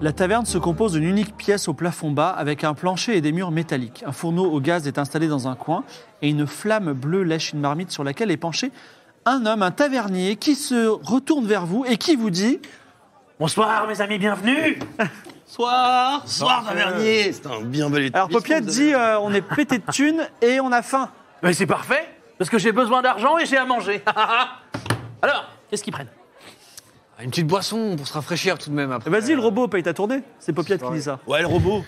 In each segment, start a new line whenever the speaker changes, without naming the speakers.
La taverne se compose d'une unique pièce au plafond bas avec un plancher et des murs métalliques. Un fourneau au gaz est installé dans un coin et une flamme bleue lèche une marmite sur laquelle est penché un homme, un tavernier, qui se retourne vers vous et qui vous dit
Bonsoir mes amis, bienvenue
Soir
Bonsoir Tavernier, c'est un bien bel été.
Alors Popiette dit euh, On est pété de thunes et on a faim.
Mais c'est parfait, parce que j'ai besoin d'argent et j'ai à manger. Alors, qu'est-ce qu'ils prennent
Une petite boisson pour se rafraîchir tout de même après.
Vas-y, le robot paye ta tournée. C'est Popiette qui dit ça.
Ouais, le robot.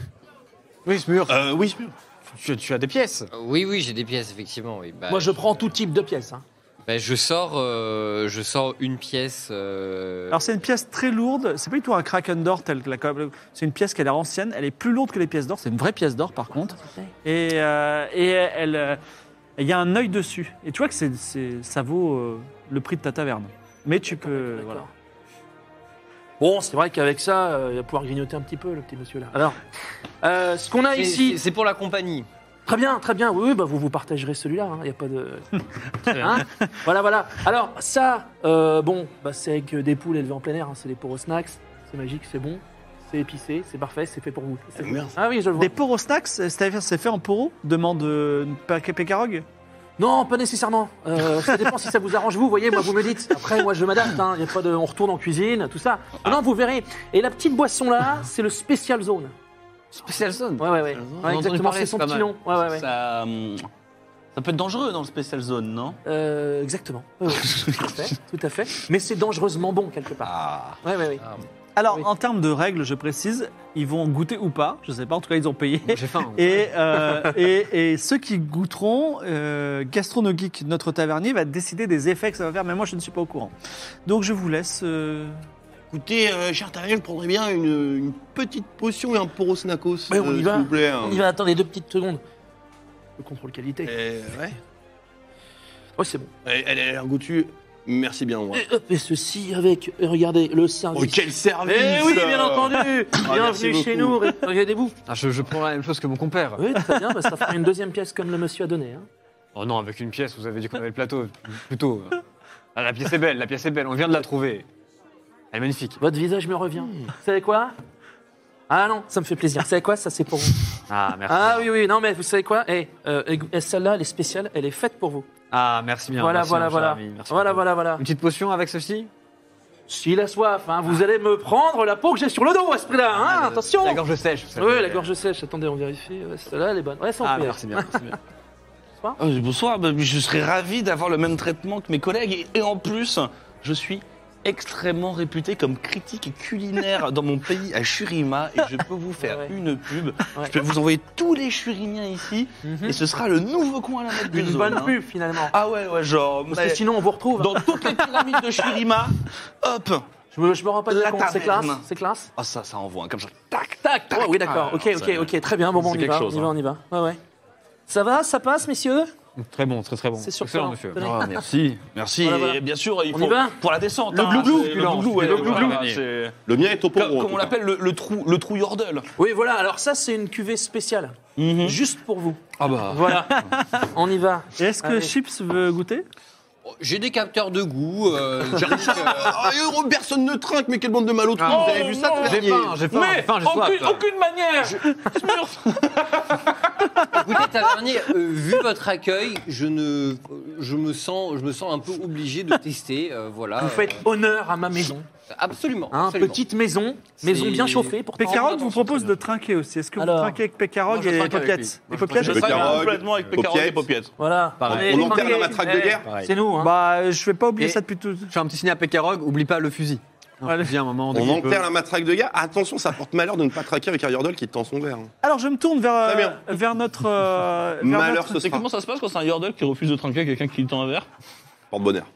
Oui, ce mur.
Euh, oui, c'est mieux.
Tu, tu as des pièces.
Euh, Oui, oui, j'ai des pièces, effectivement. oui. Bah,
Bah, Moi, je prends tout type de pièces. hein.
bah, je, sors, euh, je sors une pièce. euh,
Alors c'est une pièce très lourde, c'est pas du tout un Kraken d'or tel que la c'est une pièce qui a l'air ancienne, elle est plus lourde que les pièces d'or, c'est une vraie pièce d'or par contre. Et, euh, et elle, euh, il y a un œil dessus. Et tu vois que c'est, c'est- ça vaut euh, le prix de ta taverne. Mais tu peux,
D'accord.
voilà.
Euh, Bon, c'est vrai qu'avec ça, euh, il va pouvoir grignoter un petit peu, le petit monsieur là. Alors, euh, ce qu'on a
c'est-
ici.
c'est- C'est pour la compagnie.
Très bien, très bien. Oui, oui, bah vous vous partagerez celui-là. Il n'y a pas de. Hein voilà, voilà. Alors, ça, euh, bon, bah, c'est avec euh, des poules élevées en plein air. hein. C'est des poros snacks. C'est magique, c'est bon. C'est épicé, c'est parfait, c'est fait pour vous. C'est-
Merde.
Ah oui, je le vois.
Des poros snacks, c'est-à-dire c'est fait en poro Demande euh, Pe- Pécarog.
Non, pas nécessairement. Euh, ça dépend si ça vous arrange, vous. Voyez, moi, vous me dites. Après, moi, je m'adapte. hein. Y a pas de... On retourne en cuisine, tout ça.
Ah.
Non, vous verrez. Et la petite boisson là, c'est le Special Zone.
Special Zone.
Ouais, ouais, ouais.
Zone.
Ouais,
On a entendu
exactement,
parler,
c'est son
c'est pas
petit
mal.
nom. Ouais, ouais, ouais.
Ça, hum, ça peut être dangereux dans le Special Zone, non
Euh, exactement. Ouais, ouais. tout, à fait, tout à fait. Mais c'est dangereusement bon, quelque part.
Ah,
Ouais, ouais, ouais.
Alors
Oui.
en termes de règles, je précise, ils vont goûter ou pas, je sais pas, en tout cas ils ont payé.
J'ai faim.
Et, euh, et, et ceux qui goûteront, euh, Gastrono Geek, notre tavernier, va décider des effets que ça va faire, mais moi je ne suis pas au courant. Donc je vous laisse. euh,
écoutez, euh, cher Tavernier, je prendrais bien une, une petite potion et un poros snacos,
Ouais, on y
s'il
va.
vous plaît. hein.
On y va, attendez deux petites secondes. Le contrôle qualité.
Et, Euh, ouais,
Ouais, c'est bon.
elle, elle a l'air goûtue. Merci bien, moi.
Et, hop, et ceci avec, et regardez, le service.
Oh, quel service
Eh oui, bien
euh.
entendu
merci
Bienvenue chez
beaucoup.
nous, regardez-vous
Ah, je, je prends la même chose que mon compère.
Oui, très bien, bah, ça fera une deuxième pièce comme le monsieur a donné. hein.
Oh non, avec une pièce, vous avez dit qu'on avait le plateau. Plutôt. Ah, la pièce est belle, la pièce est belle, on vient de la trouver. Elle est magnifique.
Votre visage me revient.
Hmm.
Vous savez quoi Ah non, ça me fait plaisir. Vous savez quoi Ça, c'est pour vous.
Ah, merci.
Ah oui, oui, non, mais vous savez quoi Eh, euh, et Celle-là, elle est spéciale, elle est faite pour vous.
Ah, merci bien.
voilà,
merci,
voilà,
mon cher
voilà.
ami, merci
voilà,
beaucoup.
voilà, voilà.
Une petite potion avec ceci
S'il a soif, hein, vous allez me prendre la peau que j'ai sur le dos à ce prix-là. hein,
Ah,
attention
La gorge sèche. vous savez.
Oui, la gorge sèche. Attendez, on vérifie. Ouais, celle-là, elle est bonne. Ouais, ça, on
Ah,
peut y aller.
merci bien. merci bien.
Euh, bonsoir, bah, je serais ravi d'avoir le même traitement que mes collègues et, et en plus, je suis extrêmement réputé comme critique culinaire dans mon pays à Shurima et je peux vous faire
Ouais.
une pub.
Ouais.
Je peux vous envoyer tous les Shurimiens ici
Mhm.
et ce sera le nouveau coin à la mettre du
Une
zone,
bonne
hein.
pub, Bah finalement.
Ah ouais, ouais, genre
Parce
mais
que sinon, on vous retrouve.
dans toutes les pyramides de Shurima, hop.
Je, me, je me rends pas bien
La
compte. C'est classe.
taverne.
C'est classe.
Ah ça, ça envoie hein, comme ça.
Tac, tac, tac. oui, d'accord.
Ah,
ok, ok,
ça-
ok. Très bien. Bon, bon, on
c'est
y
quelque
va.
chose,
on y va,
hein.
on y va. Ouais, ouais. Ça va Ça passe, messieurs
Très bon, très très bon.
C'est sûr
Excellent,
que-
monsieur.
Tenez.
Ah, merci, merci.
Voilà, voilà.
Et bien sûr, il
On
faut-
y va
pour la descente.
Le
hein,
glouglou,
c'est- le
Pulan.
glouglou, ouais,
Le glouglou.
voilà, c'est-
Le mien est au
Comme,
poro. en
comme
tout
on
cas.
l'appelle le, le trou, le trou yordle.
Oui, voilà. Alors, ça, c'est une cuvée spéciale. Juste pour vous.
Ah bah.
Voilà. Mhm. on y va.
Et Est-ce que
Allez.
Chips veut goûter
J'ai des capteurs de goût. euh, j'ai-
Ah, et heureux, personne ne trinque, mais quelle bande de malots
Ah,
Vous avez vu ça,
J'ai
Tavernier
faim, j'ai faim, j'ai faim, j'ai
aucune,
soif.
aucune manière
Écoutez, Tavernier, euh, vu votre accueil, je, ne, je, me sens, je me sens un peu obligé de tester. euh, voilà.
Vous faites
Euh,
honneur à ma maison.
Absolument.
Hein,
absolument.
petite maison, maison
C'est-
bien chauffée pour
Pécarog
non,
vous
non,
propose de trinquer aussi. Est-ce que
Alors,
vous trinquez avec Pécarog
moi, je
et
trinque avec
Popiette
lui.
Et
Moi, je
Popiette
trinque
Je
avec
travaille
Pécarogue,
complètement avec
Popiette.
Pécarogue et Popiette.
Voilà.
Pareil.
On
est
enterne la
tranquille.
matraque de
Eh,
guerre
Pareil.
C'est nous, hein.
Bah, je fais pas oublier
Et-
ça depuis tout.
Je fais un petit signe à Pécarog, oublie pas le fusil.
Allez.
Viens, moment.
On enterre la matraque de gars. Attention, ça porte malheur de ne pas traquer avec un Yordle qui tend son verre. hein.
Alors, je me tourne vers, euh,
Très bien.
vers notre. euh, vers
Malheur
notre-
ce
Et
sera.
comment ça se passe quand c'est un Yordle qui refuse de trinquer quelqu'un qui lui tend un verre
Porte-bonheur.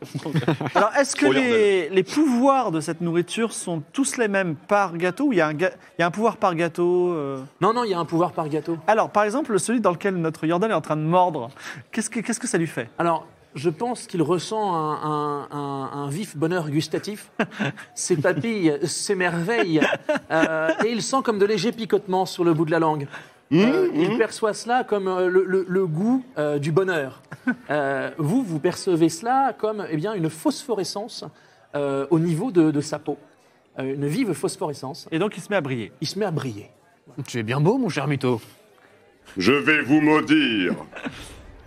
Alors, est-ce que
Oh,
les, les pouvoirs de cette nourriture sont tous les mêmes par gâteau ou il y, a un ga- il y a un pouvoir par gâteau euh
Non, non, il y a un pouvoir par gâteau.
Alors, par exemple, celui dans lequel notre Yordle est en train de mordre, qu'est-ce que, qu'est-ce que ça lui fait
Alors, je pense qu'il ressent un, un- un- un vif bonheur gustatif. ses papilles s'émerveillent euh, et il sent comme de légers picotements sur le bout de la langue.
Mmh,
Euh, Il perçoit cela comme euh, le, le- le goût euh, du bonheur. Euh, vous, vous percevez cela comme eh bien, une phosphorescence euh, au niveau de, de sa peau. Euh, une vive phosphorescence.
Et donc, il se met à briller.
Il se met à briller.
Tu es bien beau, mon cher Mito.
Je vais vous maudire.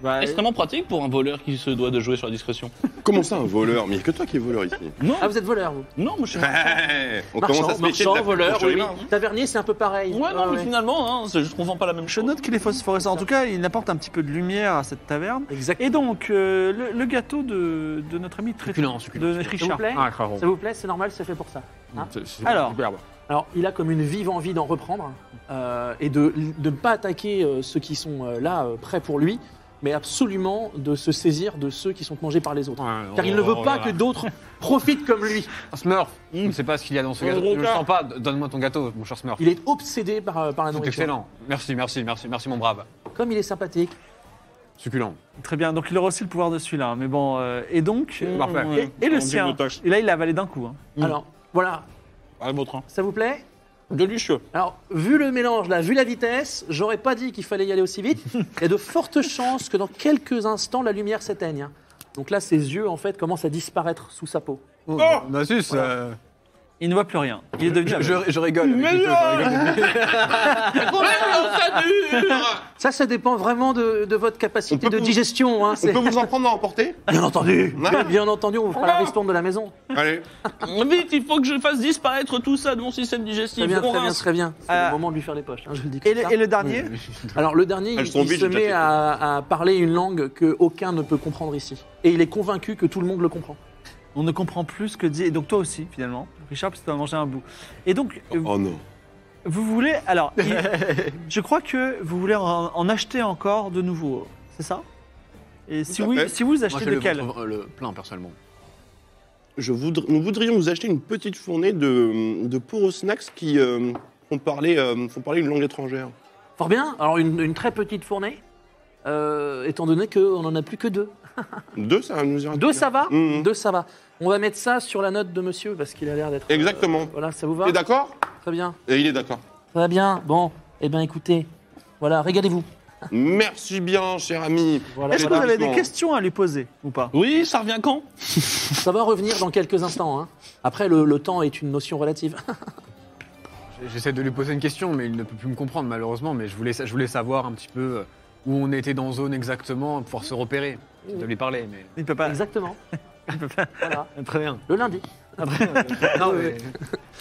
Bah,
Extrêmement pratique pour un voleur qui se doit de jouer sur la discrétion.
Comment ça, un voleur Mais il n'y a que toi qui es voleur ici.
Non,
Ah, vous êtes voleur, vous
non, moi je suis.
Eh, On
Marchand,
commence à se méfier de
marchand,
la
voleur,
couche
oui,
de
oui.
main, hein.
Tavernier, c'est un peu pareil.
Ouais, non,
Ouais,
mais
ouais.
finalement, hein, c'est- je ne confonds pas la même
je
chose.
note qu'il est phosphorescent. En tout cas, il apporte un petit peu de lumière à cette taverne.
Exact.
Et donc, euh, le, le gâteau de, de notre ami très
Succulent, succulent.
de
S'il vous
Richard.
plaît,
Ah, craron.
ça vous plaît, c'est normal, c'est fait pour ça. hein
C'est- c'est
Alors.
superbe.
Alors, il a comme une vive envie d'en reprendre euh, et de de ne pas attaquer euh, ceux qui sont euh, là euh, prêts pour lui, mais absolument de se saisir de ceux qui sont mangés par les autres.
Ouais, oh
Car il
on-
ne
on-
veut pas
on-
que d'autres profitent comme lui.
Smurf,
Hmm.
je ne sais pas ce qu'il y a dans ce
Oh,
gâteau. Je le
Roca.
sens pas. Donne-moi ton gâteau, mon cher Smurf.
Il est obsédé par, euh, par la
C'est
nourriture.
excellent. Merci, merci, merci, merci, mon brave.
Comme il est sympathique.
Succulent.
Très bien, donc il aura aussi le pouvoir de celui-là. hein. Mais bon, euh, et donc.
Mmh, parfait.
et- Et, le
On
sien.
dégotage.
Et là, il l'a avalé d'un coup. hein.
Mm.
Alors, voilà,
Ah, votre, hein.
ça vous plaît
Délicieux.
Alors, vu le mélange, là, vu la vitesse, j'aurais pas dit qu'il fallait y aller aussi vite. Il y a de fortes chances que dans quelques instants, la lumière s'éteigne. hein. Donc là, ses yeux, en fait, commencent à disparaître sous sa peau.
Oh, Nasus, euh,
Il ne voit plus rien. Il est devenu.
je,
aveugle.
je- je rigole. Mais
Ça, ça dépend vraiment de, de votre capacité
On peut
de
vous-
digestion. Hein,
On
c'est-
peut vous en prendre à emporter
Bien entendu
Ouais.
Bien entendu, on vous fera la ristourne de la maison.
Allez.
Vite, il faut que je fasse disparaître tout ça de mon système digestif.
Très bien,
On
très bien,
rince.
très bien. C'est
Euh,
le moment de lui faire les poches, hein, je le dis comme
Et
ça.
le, et le dernier
Alors, le dernier, il
Elles sont vides,
se
Ah, j'ai déjà
met
fait.
à, à parler une langue que aucun ne peut comprendre ici. Et il est convaincu que tout le monde le comprend.
On ne comprend plus ce que dit. Et donc toi aussi, finalement. Richard, parce que tu as mangé un bout. Et donc, euh,
Oh non.
vous voulez. Alors, il- je crois que vous voulez en, en acheter encore de nouveau. C'est ça Et si
Tout à
oui,
fait.
si vous
Moi,
achetez
je le
lesquels
ventre, euh, le plein, personnellement.
Je voudr- nous voudrions vous acheter une petite fournée de, de poros snacks qui euh, font, parler, euh, font parler une langue étrangère.
Fort bien. Alors une, une très petite fournée, euh, étant donné qu'on n'en a plus que deux.
Deux, ça va nous ira.
Deux, ça va
Mhm.
Deux, ça va. On va mettre ça sur la note de monsieur, parce qu'il a l'air d'être... euh,
Exactement.
Voilà, ça vous va
T'es d'accord
Très bien.
Et il est d'accord.
Ça va bien. Bon, eh bien écoutez, voilà, régalez-vous.
Merci bien, cher ami.
Voilà,
Est-ce que
voilà.
vous avez des
Bon.
questions à lui poser ou pas
Oui, ça revient quand
Ça va revenir dans quelques instants. hein. Après, le, le temps est une notion relative.
J'essaie de lui poser une question, mais il ne peut plus me comprendre, malheureusement. Mais je voulais, sa- je voulais savoir un petit peu euh, où on était dans zone exactement pour pouvoir se repérer. Je dois lui parler, mais.
Il ne peut pas.
Exactement. voilà,
Très bien.
le lundi.
Non, mais-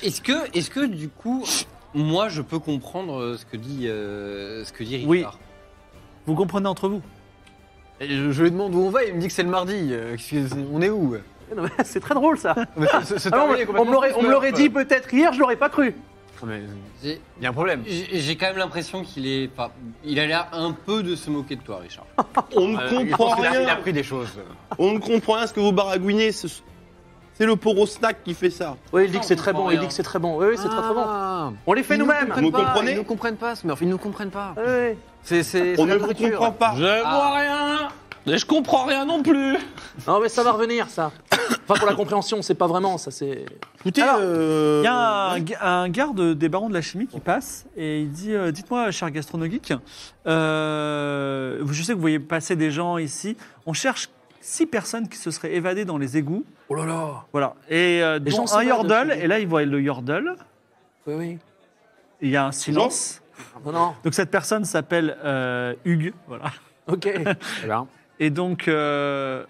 Est-ce que, est-ce que du coup, moi, je peux comprendre euh, ce que dit, euh, ce que dit
Oui.
Richard
Vous comprenez entre vous.
Et je, je lui demande où on va, il me dit que c'est le mardi. Euh, excusez- on est où
Non, mais C'est très drôle ça.
Mais c'est- c'est- c'est
Ah, on
terminé
me- on
complètement,
me l'aurait- on me
Smurf.
l'aurait dit peut-être hier, je l'aurais pas cru.
Non, mais
J'ai-
Il y a un problème.
J'ai j'ai quand même l'impression qu'il est, enfin, il a l'air un peu de se moquer de toi, Richard.
On ne
Euh, je
comprend
pense qu'il a-
rien.
Il a pris des choses.
On ne comprend rien à ce que vous baragouinez. ce- C'est le poro snack qui fait ça.
Oui, il dit que c'est
on
très
comprend
bon. Il
rien.
dit que c'est très bon. Oui, oui, c'est très très bon.
bon.
On les fait nous-mêmes.
Vous comprenez Euh,
Ils ne Ah. comprennent pas, Smurf, ils ne comprennent pas.
Ouais.
C'est- c'est-
On
c'est la
ne vous
nourriture.
comprend pas.
Je vois
Ah.
rien Mais je comprends rien non plus
Non, mais Ah, ça va revenir, ça. Enfin, pour la compréhension, c'est pas vraiment, ça, c'est...
Écoutez,
Alors,
euh,
Il y a un, ga- un garde des barons de la chimie qui passe et il dit euh, Dites-moi, cher gastronogeek, euh, je sais que vous voyez passer des gens ici. On cherche six personnes qui se seraient évadées dans les égouts.
Oh là là
Voilà. Et euh, dont
gens
un
s'évadent,
yordle.
je dis.
Et là, il voit le yordle.
Oui, oui.
Il y a un silence.
Non, non,
Donc, cette personne s'appelle euh, Hugues. Voilà.
ok.
Eh ben,
Et donc, euh,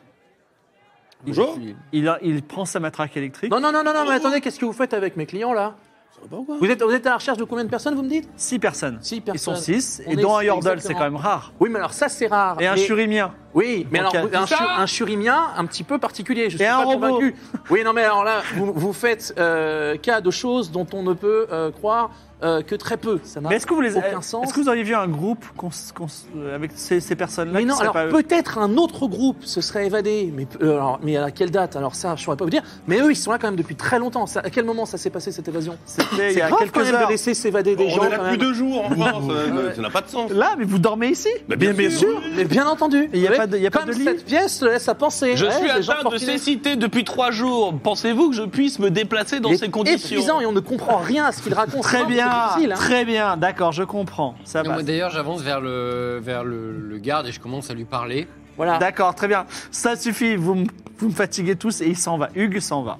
Bonjour.
il, a- il prend sa matraque électrique.
Non, non, non, non, non, mais attendez, qu'est-ce que vous faites avec mes clients, là
Sympa ou quoi
Vous êtes, vous êtes à la recherche de combien de personnes, vous me dites
Six personnes.
Six
Ils sont
personnes.
six.
On
et
est
dont un
six,
Yordle, c'est
exactement.
quand même rare.
Oui, mais alors ça, c'est rare.
Et un
Mais-
churimien.
Oui, mais
Ok.
alors vous- un,
C'est
chu- un churimien un petit peu particulier, je suis
Et un
pas
robot.
convaincu. Oui, non mais alors là, vous, vous faites euh, cas de choses dont on ne peut euh, croire euh, que très peu. Ça n'a
Mais est-ce que vous les
aucun sens.
Est-ce que vous auriez vu un groupe qu'on s- qu'on s- euh, avec ces, ces personnes-là
Mais
qui
non,
seraient
alors
pas-
peut-être un autre groupe se serait évadé, mais, euh, alors, mais à quelle date Alors ça, je saurais pas vous dire. Mais eux, ils sont là quand même depuis très longtemps. Ça- à quel moment ça s'est passé cette évasion
C'était il
C'est
y a
grave quand
quelques
même de
heures.
laisser s'évader des
On
gens.
est là
quand
depuis
même.
deux jours en France, euh, ça n'a pas de sens.
Là, mais vous dormez ici
Bah, bien sûr.
Mais bien entendu,
Il y a
Oui,
pas de- il y a pas
comme
de lit.
cette pièce le laisse à penser.
Je
Ouais,
suis
les gens
atteint de
fortunés.
cécité depuis trois jours. Pensez-vous que je puisse me déplacer dans
Il est
ces conditions
épuisant et on ne comprend rien à ce qu'il raconte.
Très
Non,
bien,
c'est difficile, hein.
très bien, d'accord, je comprends. Ça
Non,
va.
moi, D'ailleurs, j'avance vers, le, vers le, le garde et je commence à lui parler.
Voilà.
D'accord, très bien. Ça suffit, vous me, vous me fatiguez tous et il s'en va. Hugues s'en va.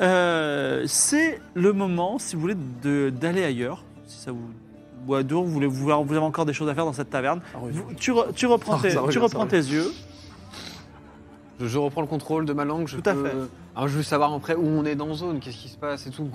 Euh, c'est le moment, si vous voulez, de- d'aller ailleurs. Si ça vous. Ou à dehors, vous, voulez, vous, vous avez encore des choses à faire dans cette taverne. Vous- tu, re- tu reprends,
Ça
tes,
revient,
tu
ça
reprends
revient.
tes yeux.
Je, je reprends le contrôle de ma langue. Je
Tout à
peux-
fait.
Alors, je veux savoir après où on est dans zone, qu'est-ce qui se passe et tout.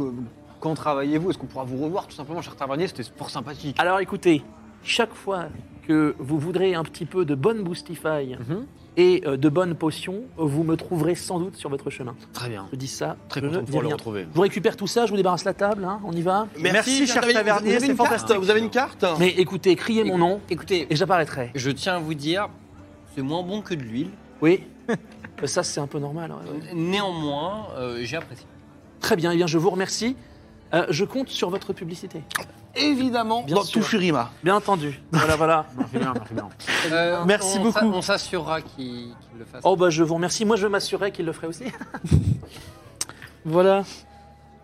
Quand travaillez-vous Est-ce qu'on pourra vous revoir tout simplement, cher Tavernier C'était fort sympathique.
Alors écoutez, chaque fois que vous voudrez un petit peu de bonne boostify
Mhm.
et euh, de bonnes potions, vous me trouverez sans doute sur votre chemin.
Très bien.
Je dis ça.
Très
je
content de
dis
pouvoir le
rien.
retrouver.
Je vous récupère tout ça, je vous débarrasse la table, hein, on y va.
Merci, cher tavernier,
Vous avez
c'est
une carte
fantastique.
Vous avez une carte
Mais écoutez, criez mon nom
Écoutez,
et j'apparaîtrai.
je tiens à vous dire, c'est moins bon que de l'huile.
Oui. ça c'est un peu normal. ouais, ouais.
Néanmoins, euh, j'ai apprécié.
Très bien, eh bien je vous remercie. Euh, je compte sur votre publicité.
Évidemment,
Bien
dans
sûr.
tout Shurima.
Bien entendu. Voilà, voilà.
Merci bien, merci bien.
Euh,
Merci
on s'a-
beaucoup.
On s'assurera qu'il qu'il le fasse.
Oh bah je vous remercie. Moi je m'assurais qu'il le ferait aussi. voilà.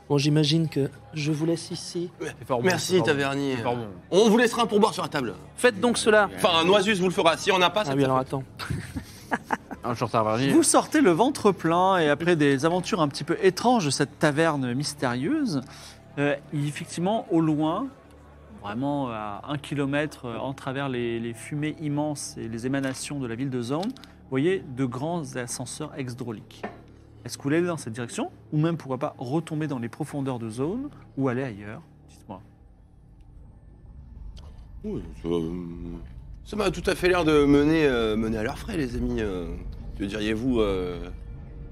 Bon j'imagine que je vous laisse ici.
C'est fort bon, c'est
Merci,
fort bon.
Tavernier.
C'est fort bon.
On vous laissera un pourboire sur la table.
Faites donc cela.
Enfin, un noisus vous le fera. Si on n'a pas,
Ah
c'est
oui alors attends.
Un Ah, cher Tavernier.
Vous sortez le ventre plein et après des aventures un petit peu étranges de cette taverne mystérieuse, euh, effectivement, au loin, vraiment à un kilomètre euh, en travers les, les fumées immenses et les émanations de la ville de Zorn, vous voyez de grands ascenseurs exdrauliques. Est-ce que vous voulez aller dans cette direction ou même pourquoi pas retomber dans les profondeurs de Zone ou aller ailleurs Dites-moi.
Oui, ça, euh, ça m'a tout à fait l'air de mener, euh, mener à leurs frais, les amis. euh. que diriez-vous euh,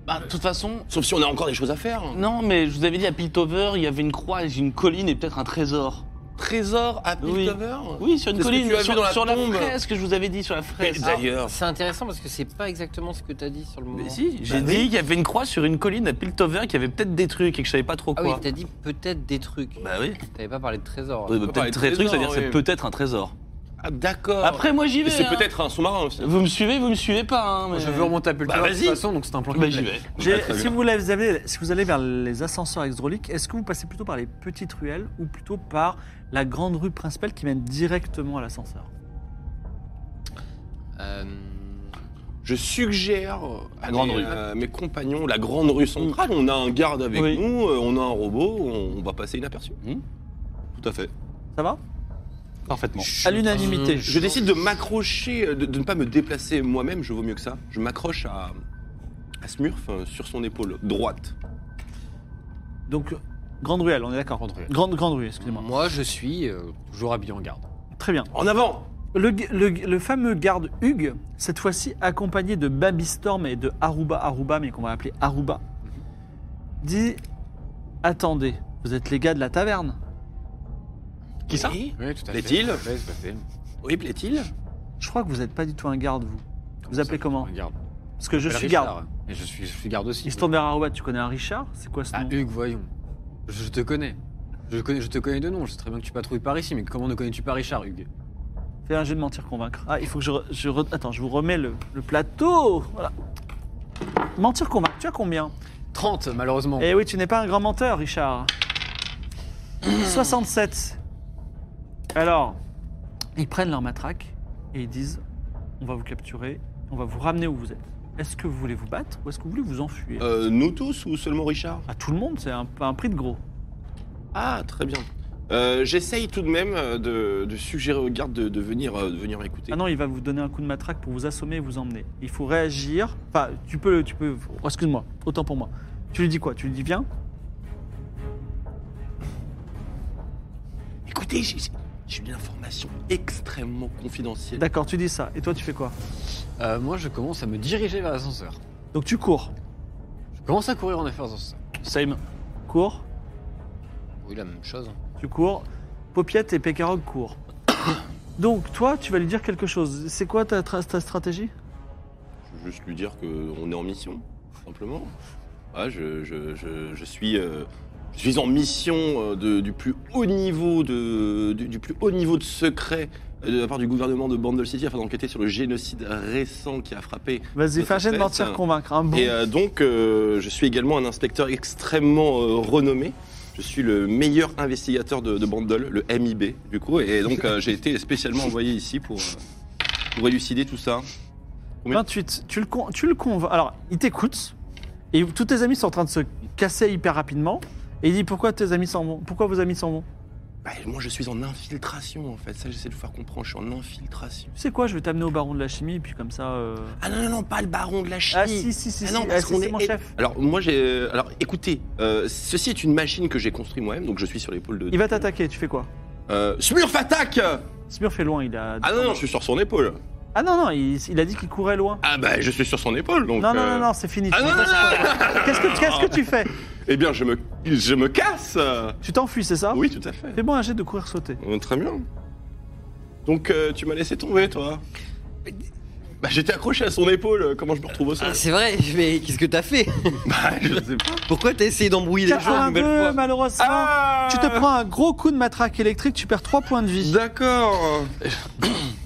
Bah, de toute façon,
Sauf si on a encore des choses à faire. Hein.
non, mais je vous avais dit à Piltover, il y avait une croix, et une colline et peut-être un trésor.
Trésor à Piltover
Oui, sur
C'est ce
une
que
colline,
tu as vu
sur,
dans la
sur la
tombe.
fresque, je vous avais dit sur la
Mais
fresque.
D'ailleurs.
C'est intéressant parce que c'est pas exactement ce que t'as dit sur le moment.
Mais si,
J'ai dit qu'il y avait une croix sur une colline à Piltover qui avait peut-être des trucs et que je savais pas trop
Ah oui,
quoi.
t'as dit peut-être des trucs.
Bah oui.
T'avais pas parlé de trésor.
Ouais, bah,
peut parler
peut-être
de
des trucs,
trésor,
c'est-à-dire c'est
oui.
peut-être un trésor.
Ah, d'accord.
Après, moi j'y
Et
vais.
c'est
hein.
peut-être un sous-marin aussi.
Vous me suivez, vous me suivez pas. hein, mais-
Je veux remonter à Pultard
Bah,
de toute
vas-y.
façon, donc c'est un plan qui
Bah,
me
j'y
plaît.
vais.
J'ai-
très
Si
bien.
vous, la- vous avez- si vous allez vers les ascenseurs exdrauliques, est-ce que vous passez plutôt par les petites ruelles ou plutôt par la grande rue principale qui mène directement à l'ascenseur
Euh,
Je suggère à
grande
mes,
rue.
euh, mes compagnons la grande rue centrale. On a un garde avec
Oui. Hmm.
nous, euh, on a un robot, on, on va passer inaperçu. Tout à fait.
Ça va
Parfaitement.
À l'unanimité.
Je décide de m'accrocher, euh, de, de ne pas me déplacer moi-même, je vaux mieux que ça. Je m'accroche à, à Smurf euh, sur son épaule droite.
Donc, grande ruelle, on est d'accord.
Grande ruelle.
Grande, grande rue, excusez-moi.
Moi, je suis. euh,
Toujours habillé en garde.
Très bien.
En avant
Le, gu- le gu- le fameux garde Hugues, cette fois-ci accompagné de Babystorm et de Aruba Aruba, mais qu'on va appeler Aruba, dit Attendez, vous êtes les gars de la taverne
Qui ça
Oui, tout à fait.
Plaît-il
tout à fait, tout à fait.
Oui, plaît-il
Je crois que vous n'êtes pas du tout un garde, vous. Vous appelez
Ça,
comment
un garde.
Parce que je
Appelle
suis
Richard.
garde.
Et je suis, je suis garde aussi.
Il se tourne vers Aruba, tu connais un Richard C'est quoi ce
Ah,
nom
Hugues, voyons. Je te connais. Je, connais. je te connais de nom. Je sais très bien que tu patrouilles par ici, mais comment ne connais-tu pas Richard, Hugues
Fais un jeu de mentir convaincre. Ah, il faut que je. re- je re- Attends, je vous remets le, le plateau. Voilà. Mentir convaincre, tu as combien
30, malheureusement.
Eh oui, tu n'es pas un grand menteur, Richard. 67. Alors, ils prennent leur matraque et ils disent on va vous capturer, on va vous ramener où vous êtes. Est-ce que vous voulez vous battre ou est-ce que vous voulez vous enfuir
Euh, Nous tous ou seulement Richard
À tout le monde, c'est un, un prix de gros.
Ah, très bien. Euh, J'essaye tout de même euh, de, de suggérer au garde de, de venir, euh, de venir écouter.
Ah non, il va vous donner un coup de matraque pour vous assommer et vous emmener. Il faut réagir. Enfin, tu peux. Tu peux oh, Excuse-moi, autant pour moi. Tu lui dis quoi Tu lui dis viens
Écoutez, j'ai- j'ai- j'ai une information extrêmement confidentielle.
D'accord, tu dis ça. Et toi, tu fais quoi
Euh, moi, je commence à me diriger vers l'ascenseur.
Donc tu cours.
Je commence à courir en effet vers l'ascenseur.
Same.
Cours,
Oui, la même chose. hein.
tu cours. Popiette et Pécarog courent. Donc toi, tu vas lui dire quelque chose. C'est quoi ta, tra- ta stratégie
Je veux juste lui dire qu'on est en mission, simplement. Ouais, je, je- je- je suis, euh, je suis en mission euh, de- du, plus haut niveau de, du, du plus haut niveau de secret euh, de la part du gouvernement de Bandle City afin d'enquêter sur le génocide récent qui a frappé.
Vas-y,
Notre
fais un jet de
fête,
mentir
hein.
convaincre. Un bon.
Et euh, donc, euh, je suis également un inspecteur extrêmement euh, renommé. Je suis le meilleur investigateur de, de Bandle, le MIB, du coup. Et donc, euh, j'ai été spécialement envoyé ici pour, euh, pour élucider tout ça.
28. Tu le, con- tu le convaincs. Alors, il t'écoute. Et tous tes amis sont en train de se casser hyper rapidement. Et il dit pourquoi tes amis s'en vont Pourquoi vos amis s'en vont
Bah, moi, je suis en infiltration, en fait. Ça, j'essaie de vous faire comprendre. Je suis en infiltration.
Tu sais quoi Je vais t'amener au baron de la chimie. Et puis comme ça. euh,
Ah non, non, non, pas le baron de la chimie.
Ah si si si.
Ah
si.
non,
Ah,
parce
si,
qu'on
c'est
est-
mon chef.
Alors, moi, j'ai. Alors, écoutez, euh, ceci est une machine que j'ai construite moi-même, donc je suis sur l'épaule de.
Il va t'attaquer. Tu fais quoi
Euh, Smurf attaque
Smurf est loin. Il a.
Ah non, non, je suis sur son épaule.
Ah non, non, il, il a dit qu'il courait loin.
Ah bah, je suis sur son épaule, donc.
non, non,
euh,
non, non, c'est fini.
Ah
tu
non,
me
non,
passes pas. Qu'est-ce que, qu'est-ce que tu fais
Eh bien, je me, je me casse euh.
Tu t'enfuis, c'est ça
Oui, tout à fait.
Fais-moi un jet de courir sauter.
Euh, Très bien. Donc, euh, tu m'as laissé tomber, toi Bah, j'étais accroché à son épaule, euh, comment je me retrouve au sol
Ah, c'est vrai, mais qu'est-ce que t'as fait
Bah, je sais pas.
Pourquoi t'as essayé d'embrouiller les gens une nouvelle
82,
fois Ah
malheureusement.
Ah
Tu te prends un gros coup de matraque électrique, tu perds 3 points de vie.
D'accord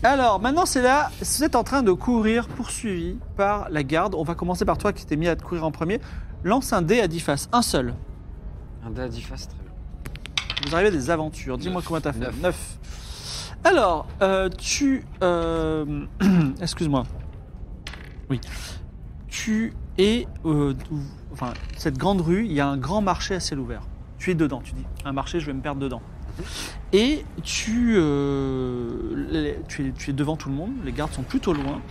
Alors, maintenant, c'est là, vous êtes en train de courir, poursuivi par la garde. On va commencer par toi qui t'es mis à te courir en premier. Lance un dé à 10 faces, un seul.
Un dé à 10 faces, très bien.
Vous arrivez à des aventures. Dis-moi comment t'as fait.
Neuf.
9. Alors, euh, tu. euh, Excuse-moi. Oui. Tu es. euh, ou- enfin, cette grande rue, il y a un grand marché à ciel ouvert. Tu es dedans, tu dis. Un marché, je vais me perdre dedans. Et tu, euh, les- tu, es, tu es devant tout le monde, les gardes sont plutôt loin.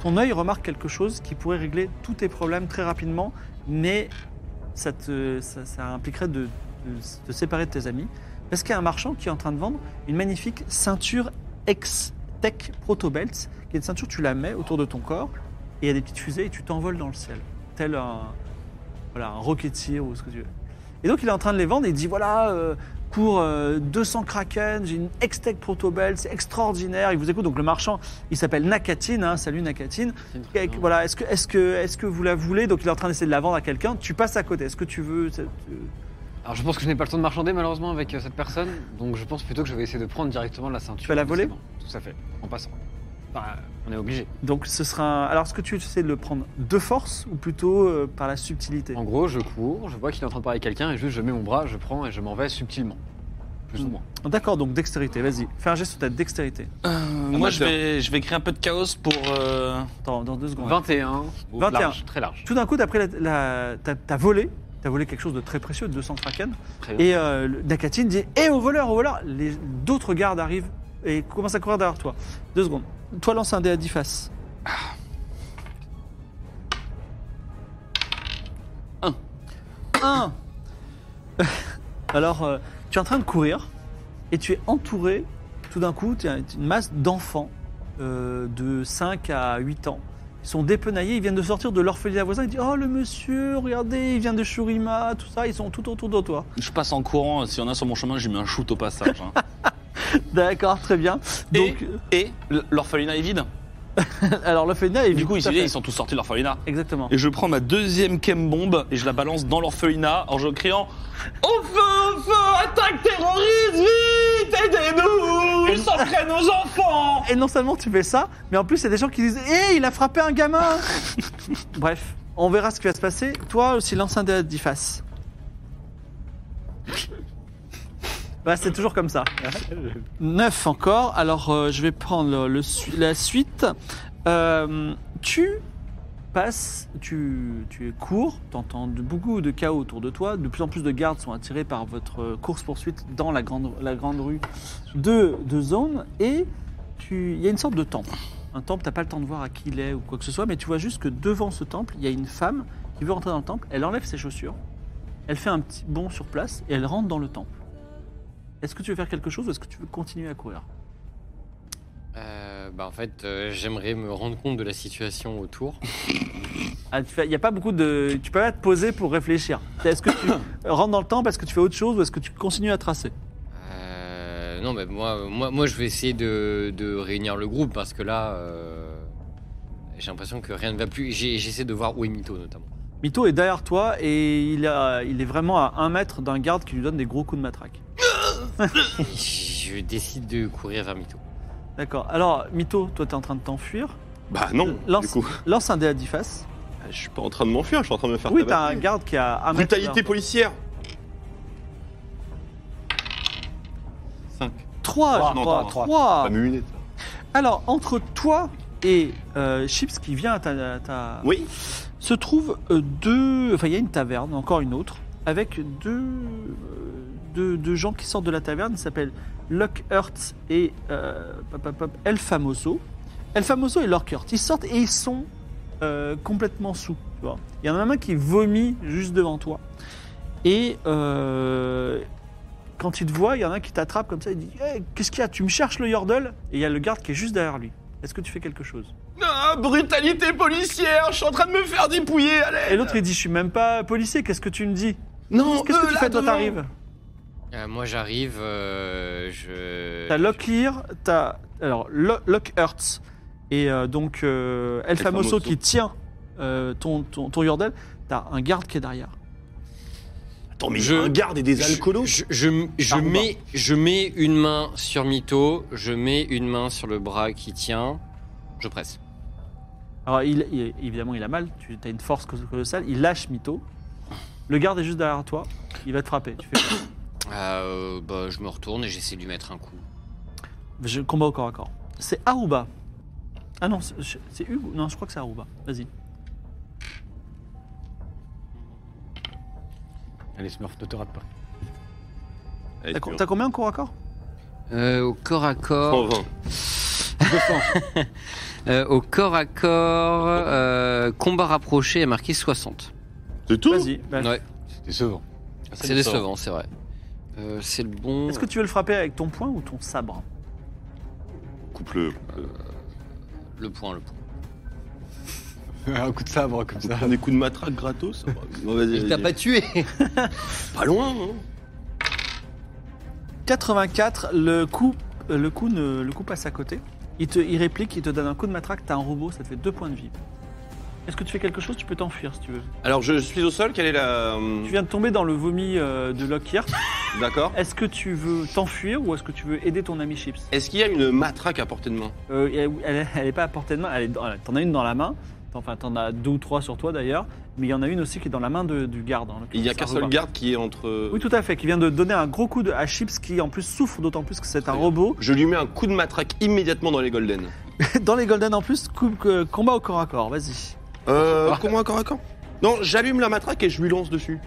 Ton œil remarque quelque chose qui pourrait régler tous tes problèmes très rapidement, mais ça, te, ça, ça impliquerait de, de te séparer de tes amis. Parce qu'il y a un marchand qui est en train de vendre une magnifique ceinture Ex-Tech Protobelt, qui est une ceinture, tu la mets autour de ton corps, et il y a des petites fusées, et tu t'envoles dans le ciel, tel un, voilà, un roquetier ou ce que tu veux. Et donc il est en train de les vendre, et il dit voilà, euh, pour euh, 200 kraken, j'ai une Ex-Tech Protobelt, c'est extraordinaire, il vous écoute. Donc le marchand, il s'appelle Nakatine, hein, salut Nakatine. Et que- Voilà, est-ce que, est que, est que vous la voulez Donc il est en train d'essayer de la vendre à quelqu'un, tu passes à côté, est-ce que tu veux. euh, cette-
Alors, je pense que je n'ai pas le temps de marchander malheureusement avec euh, cette personne, donc je pense plutôt que je vais essayer de prendre directement la ceinture.
Tu vas la
de
voler
ses mains. Tout à fait, en passant. Bah, on est obligé.
Donc ce sera. un- Alors est-ce que tu essaies de le prendre de force ou plutôt euh, par la subtilité
En gros, je cours, je vois qu'il est en train de parler à quelqu'un et juste je mets mon bras, je prends et je m'en vais subtilement. Plus ou
Mm.
moins.
D'accord, donc dextérité, vas-y. Fais un geste sur ta dextérité.
moi, je vais, je vais créer un peu de chaos pour. euh,
Attends, dans deux secondes.
21. Oh,
21.
large, très large.
Tout d'un coup, t'as pris la, la- t'as, t'as volé. T'as volé quelque chose de très précieux, 200 kraken.
Très bien.
Et euh, le- Nakatine dit Eh, au voleur, au voleur Les D'autres gardes arrivent et commencent à courir derrière toi. Deux secondes. Toi, lance un dé à 10 faces.
Ah.
Un. Un Alors, euh, tu es en train de courir et tu es entouré, tout d'un coup, tu as une masse d'enfants euh, de 5 à 8 ans. Ils sont dépenaillés, ils viennent de sortir de l'orphelinat voisin. Ils disent Oh, le monsieur, regardez, il vient de Shurima, tout ça, ils sont tout autour de toi.
Je passe en courant, s'il y en a sur mon chemin, je lui mets un shoot au passage. hein.
D'accord, très bien. Donc, euh,
Et l- l'orphelinat est vide.
alors le FENA est
Du
vide,
coup,
tout
ici,
à fait.
ils sont tous sortis de l'orphelinat.
Exactement.
Et je prends ma deuxième chem bombe et je la balance dans l'orphelinat en je criant Au feu, au feu, attaque terroriste, vite, aidez-nous, ils sont prennent nos enfants
Et non seulement tu fais ça, mais en plus, il y a des gens qui disent Hé, il a frappé un gamin Bref, on verra ce qui va se passer. Toi aussi, lance un dé à 10 faces. Bah, c'est toujours comme ça. 9 encore. Alors, euh, je vais prendre le, le su- la suite. Euh, tu passes, tu, tu cours, tu entends beaucoup de chaos autour de toi. De plus en plus de gardes sont attirés par votre course-poursuite dans la grande, la grande rue de, de zone. Et tu- il y a une sorte de temple. Un temple, tu n'as pas le temps de voir à qui il est ou quoi que ce soit, mais tu vois juste que devant ce temple, il y a une femme qui veut rentrer dans le temple. Elle enlève ses chaussures, elle fait un petit bond sur place et elle rentre dans le temple. Est-ce que tu veux faire quelque chose ou est-ce que tu veux continuer à courir
Euh, bah, en fait, euh, j'aimerais me rendre compte de la situation autour.
Ah, tu fais- Il n'y a pas beaucoup de. Tu peux pas te poser pour réfléchir. Est-ce que tu rentres dans le temps parce que tu fais autre chose ou est-ce que tu continues à tracer
Euh, non, mais moi, moi, moi, je vais essayer de, de réunir le groupe parce que là, euh, j'ai l'impression que rien ne va plus. J'ai- J'essaie de voir où est Mito notamment.
Mito est derrière toi et il, a- il est vraiment à un mètre d'un garde qui lui donne des gros coups de matraque.
Je décide de courir vers Mito.
D'accord. Alors, Mito, toi, t'es en train de t'enfuir.
Bah non,
Lance,
du coup.
lance un dé à 10 faces.
Ah, Je suis pas en train de m'enfuir, je suis en train de me faire
Oui, t'as un
tabasser.
garde qui a un mètre
Brutalité policière 5.
3,
Trois,
je
Ah, non,
crois.
attends, trois.
Trois.
Pas mes lunettes.
Alors, entre toi et euh, Chips qui vient à ta, à ta-
Ah. Oui
se trouve euh, deux. Enfin, il y a une taverne, encore une autre, avec deux, euh, deux, deux gens qui sortent de la taverne. Ils s'appellent Lockhart et euh, pop, pop, pop, El Famoso. El Famoso et Lockhart. Ils sortent et ils sont euh, complètement sous. tu vois. Il y en a un qui vomit juste devant toi. Et euh, quand il te voit, il y en a un qui t'attrape comme ça. Il dit Hey, Qu'est-ce qu'il y a Tu me cherches le Yordle Et il y a le garde qui est juste derrière lui. Est-ce que tu fais quelque chose
Ah, brutalité policière Je suis en train de me faire dépouiller, allez
Et l'autre il dit je suis même pas policier, qu'est-ce que tu me dis
Non,
Qu'est-ce
eux,
que tu
Euh, là,
fais toi
devant.
t'arrives
Euh, moi, j'arrive. euh, je.
T'as Locklear, t'as alors Lo- Lockhurst et euh, donc euh, El Famoso
Famoso.
qui tient euh, ton, ton, ton yordle, t'as un garde qui est derrière.
Attends, mais
Je-
un garde et des
Je-
alcoolos
Je, je- je
Ah, on va.
mets, je mets une main sur Mito, je mets une main sur le bras qui tient, je presse.
Alors il, il- évidemment il a mal, tu as une force cos- colossale, il lâche Mito. Le garde est juste derrière toi, il va te frapper. Tu fais
Euh, bah, je me retourne et j'essaie de lui mettre un coup.
je, combat au corps à corps. C'est Aruba. Ah non, c'est- c'est Hugo. Non, je crois que c'est Aruba. Vas-y.
Allez, Smurf, ne te rate pas.
Allez,
T'as co-
c'est
T'as combien au corps à corps
Euh, au corps à corps.
bon. 120.
euh, au corps à corps, euh, combat rapproché est marqué 60.
C'est tout
Vas-y. bah,
Ouais,
C'est décevant.
c'est décevant, c'est vrai. Euh, c'est le bon.
Est-ce que tu veux le frapper avec ton poing ou ton sabre
Coupe-le.
Le point, le point.
un coup de sabre comme ça.
Prends des coups de matraque gratos. Bon, vas-y,
Il
vas-y.
t'a pas tué
Pas loin, hein
84, le coup, euh, le coup, ne, le coup passe à côté. Il, te, il réplique, il te donne un coup de matraque, t'as un robot, ça te fait deux points de vie. Est-ce que tu fais quelque chose Tu peux t'enfuir si tu veux.
Alors, je suis au sol, quelle est la...
Tu viens de tomber dans le vomi euh, de Lockheart.
D'accord.
Est-ce que tu veux t'enfuir ou est-ce que tu veux aider ton ami Chips
Est-ce qu'il y a une matraque à portée de main
Euh, elle- Elle elle est pas à portée de main, elle est dans- t'en as une dans la main. Enfin, t'en as deux ou trois sur toi d'ailleurs, mais il y en a une aussi qui est dans la main de- du garde. en
Il n'y a
l'occurrence,
qu'un
Aruba.
seul garde qui est entre...
Oui, tout à fait, qui vient de donner un gros coup de, à Chips qui en plus souffre, d'autant plus que c'est un robot.
Je lui mets un coup de matraque immédiatement dans les golden.
Dans les Golden en plus, coup- euh, combat au corps à corps, vas-y.
Euh,
Ah.
comment encore à quand Non, j'allume la matraque et je lui lance dessus.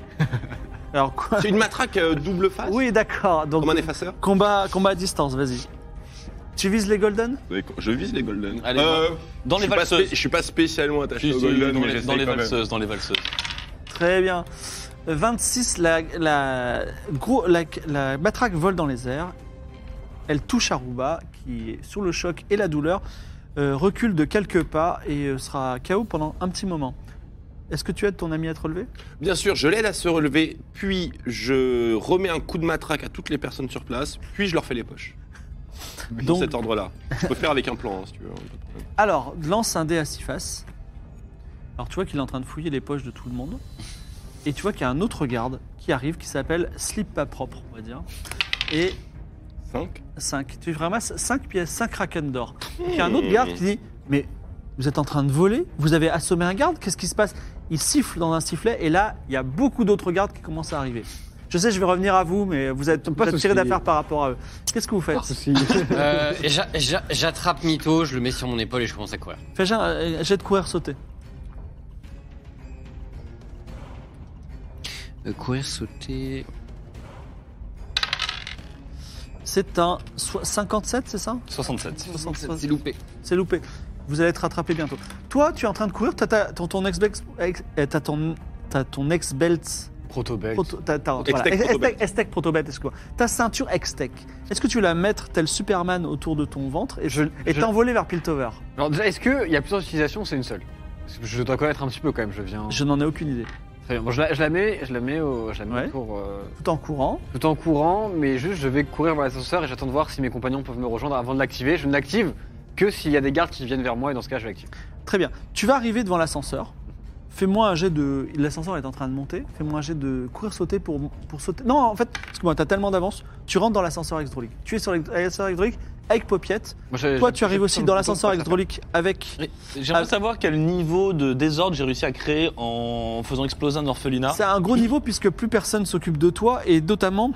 Alors quoi
C'est une matraque euh, double face
Oui, d'accord. Donc
Comme un effaceur
combat, combat à distance, vas-y. Tu vises les golden
Je vise les golden.
Allez, Dans
Euh, je,
les
suis pas spé-
valseuses.
je suis pas spécialement attaché
Si,
au
si,
aux
Bah, Dans
golden,
golden.
mais
les-
j'essaye
dans les
quand même.
valseuses, dans les valseuses.
Très bien. Euh, 26, la, la, gros, la, la matraque vole dans les airs. Elle touche Aruba, qui, sous le choc et la douleur, euh, recule de quelques pas et euh, sera KO pendant un petit moment. Est-ce que tu aides ton ami à te relever
Bien sûr, je l'aide à se relever, puis je remets un coup de matraque à toutes les personnes sur place, puis je leur fais les poches. Dans
Donc-
cet ordre-là. Je peux faire avec un plan, hein, si tu veux. hein, pas de problème.
Alors, lance un dé à six faces. Alors, tu vois qu'il est en train de fouiller les poches de tout le monde. Et tu vois qu'il y a un autre garde qui arrive qui s'appelle Slip pas propre, on va dire. Et
Cinq
5. Tu ramasses 5 pièces, 5 kraken d'or. Il y a un autre garde qui dit Mais vous êtes en train de voler Vous avez assommé un garde Qu'est-ce qui se passe Il siffle dans un sifflet et là, il y a beaucoup d'autres gardes qui commencent à arriver. Je sais, je vais revenir à vous, mais vous êtes,
Pas
vous êtes tiré
souci.
d'affaire par rapport à eux. Qu'est-ce que vous faites
Euh, j'a- j'a- J'attrape Mito, je le mets sur mon épaule et je commence à courir.
Fais un euh, jet de courir sauter.
Euh, courir, sauter.
C'est un so- 57, c'est ça
67.
67.
C'est loupé.
C'est loupé. Vous allez être rattrapé bientôt. Toi, tu es en train de courir, t'as ta- ton, ton ex-belt ex- eh, t'as ton, t'as ton ex-belt
Protobel.
Proto- t'as- t'as-
Ex-tech
voilà. Ex-
protobelt.
ex-tech- Ex-tech protobelt, est-ce que Ta ceinture ex-tech, est-ce que tu veux la mettre tel Superman autour de ton ventre et
Je-
et
je-
t'envoler vers Piltover
Alors déjà, est-ce qu'il y a plusieurs utilisations ou c'est une seule Parce que Je dois connaître un petit peu quand même, je viens.
Je n'en ai aucune idée.
Très bien. Bon, je, la, je la mets, je la mets, au, je la mets
Ouais.
pour, euh,
Tout en courant.
tout en courant, mais juste je vais courir vers l'ascenseur et j'attends de voir si mes compagnons peuvent me rejoindre avant de l'activer. Je ne l'active que s'il y a des gardes qui viennent vers moi et dans ce cas je l'active.
Très bien. Tu vas arriver devant l'ascenseur. Fais-moi un jet de. L'ascenseur est en train de monter. Fais-moi un jet de courir-sauter pour, pour sauter. Non, en fait, parce que moi, t'as tellement d'avance. Tu rentres dans l'ascenseur hydraulique. Tu es sur l'ascenseur hydraulique avec Popiette.
Moi, je-
Toi,
je-
tu arrives
je-
aussi
je-
dans
je-
l'ascenseur
je-
hydraulique avec.
J'aimerais
Ah.
savoir quel niveau de désordre j'ai réussi à créer en faisant exploser un orphelinat.
C'est un gros niveau puisque plus personne s'occupe de toi et notamment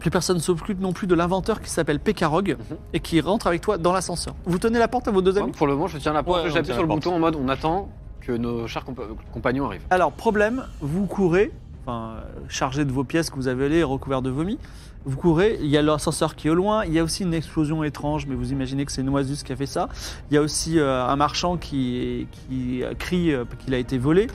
plus personne s'occupe non plus de l'inventeur qui s'appelle Pekarog et qui rentre avec toi dans l'ascenseur. Vous tenez la porte à vos deux
Ouais,
amis.
Pour le moment, je tiens la porte,
Ouais, on
j'appuie
tient
sur
la
le
porte.
bouton en mode on attend que nos chers compa- compagnons arrivent.
Alors problème, vous courez, enfin euh, chargé de vos pièces que vous avez les recouvertes de vomi. Vous courez, il y a l'ascenseur qui est au loin, il y a aussi une explosion étrange, mais vous imaginez que c'est Noisus qui a fait ça. Il y a aussi euh, un marchand qui, qui crie euh, qu'il a été volé.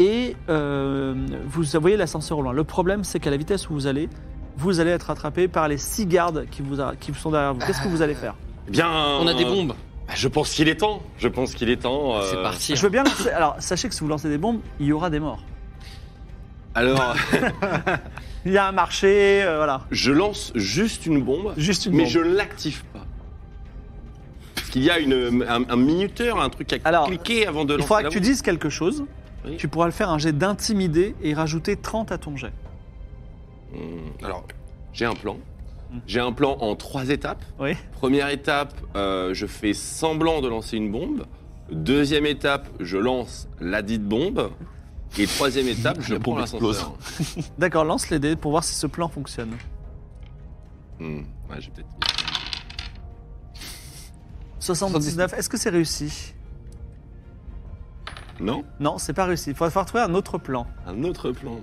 Et euh, vous voyez l'ascenseur au loin. Le problème, c'est qu'à la vitesse où vous allez, vous allez être attrapé par les six gardes qui, vous a- qui sont derrière vous. Qu'est-ce que vous allez faire
Eh Bien. bah,
On a des bombes.
Je pense qu'il est temps. Je pense qu'il est temps.
C'est
euh,
parti. hein.
Je veux bien lancer- Alors, sachez que si vous lancez des bombes, il y aura des morts.
Alors,
Il y a un marché, euh, voilà.
je lance juste une bombe,
Juste une
mais
bombe.
je ne l'active pas. Parce qu'il y a une, un, un minuteur, un truc à
Alors,
cliquer avant de
Il
lancer.
faudra
la
que tu
bombe.
dises quelque chose.
Oui.
Tu pourras le faire un jet d'intimider et rajouter 30 à ton jet.
Hum, Alors, j'ai un plan.
Hum.
J'ai un plan en trois étapes.
Oui.
Première étape, euh, je fais semblant de lancer une bombe. Deuxième étape, je lance la dite bombe. Et troisième étape, je
La
prends
bombe explose.
l'ascenseur.
D'accord, lance les dés pour voir si ce plan fonctionne.
Hum, ouais, j'ai peut-être.
79, est-ce que c'est réussi
Non,
Non, c'est pas réussi. Il faudra falloir trouver un autre plan.
un autre plan.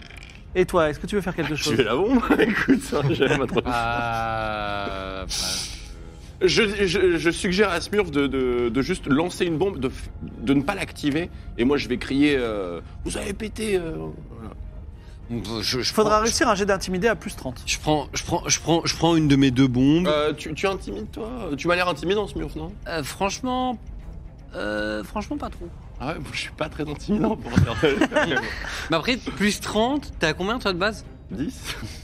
Et toi, est-ce que tu veux faire quelque
Tu
chose
veux la bombe Écoute, ça, j'aime pas trop.
Ah, bah,
Je, je- je suggère à Smurf de, de- de juste lancer une bombe, de, f- de ne pas l'activer, et moi je vais crier euh, Vous avez pété euh, voilà.
je- je, je
Il faudra
prends-
réussir un jet d'intimider à plus 30.
Je prends, je prends, je prends, je prends une de mes deux bombes.
Euh, tu, tu intimides toi Tu m'as l'air intimidant, Smurf, non
Euh, franchement, euh, franchement pas trop.
Ah ouais, bon, je suis pas très intimidant pour faire
Mais après, plus 30, t'as combien toi de base
10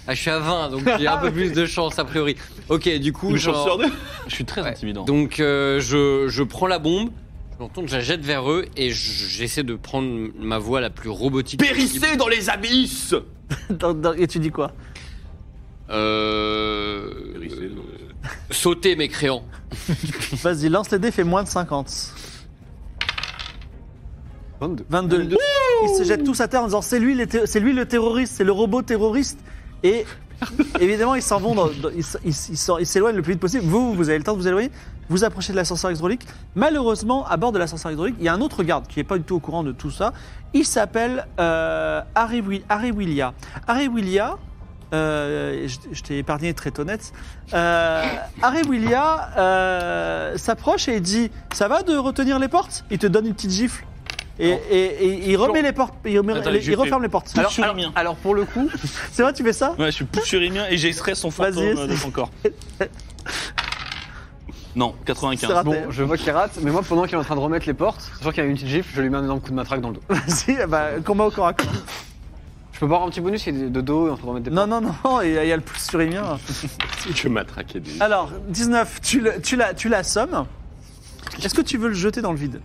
Ah, je suis à 20, donc j'ai un peu plus de chance a priori. Ok, du coup,
Une
genre-
chance sur deux
Je suis très
Ouais.
intimidant.
donc euh, je, je prends la bombe, je l'entourne, je la jette vers eux et je- j'essaie de prendre ma voix la plus robotique. possible.
Périssez dans les abysses
Dans- dans- Et tu dis quoi
Euh, Sauter mes créants.
Vas-y, lance les dés, fais moins de 50.
22.
22. Ils se jettent tous à terre en disant c'est lui, le té- c'est lui le terroriste, c'est le robot terroriste. Et évidemment, ils s'en vont, dans- dans- ils s- ils s- ils s'en- ils s'éloignent le plus vite possible. Vous, vous avez le temps de vous éloigner, vous approchez de l'ascenseur hydraulique. Malheureusement, à bord de l'ascenseur hydraulique, il y a un autre garde qui n'est pas du tout au courant de tout ça. Il s'appelle euh, Harry, Wi- Harry Willia. Harry Willia, euh, je, je t'ai épargné très honnête. Euh, Harry Willia euh, s'approche et dit Ça va de retenir les portes Il te donne une petite gifle. Et, et- et il remet les portes, il, remet-
Attends,
il
j'ai fait-
referme les portes. Alors,
Alors, alors, ouais,
Alors pour le coup,
c'est vrai, tu fais ça
je suis pouchurimien et j'extrais son fantôme euh,
Vas-y,
de son corps. Non, 95.
C'est raté.
bon, je vois qu'il rate, mais moi pendant qu'il est en train de remettre les portes, sachant qu'il y a une petite gifle, je lui mets un énorme coup de matraque dans le dos.
Vas-y, bah, combat au corps à corps.
Je peux pas avoir un petit bonus, il est de dos et en train de remettre des
Non,
portes.
non, non, il y a- il y a le plus sur les miens.
Je m'attraquais des.
Alors, 19, tu, le- tu, la, tu l'assommes. Est-ce que tu veux le jeter dans le vide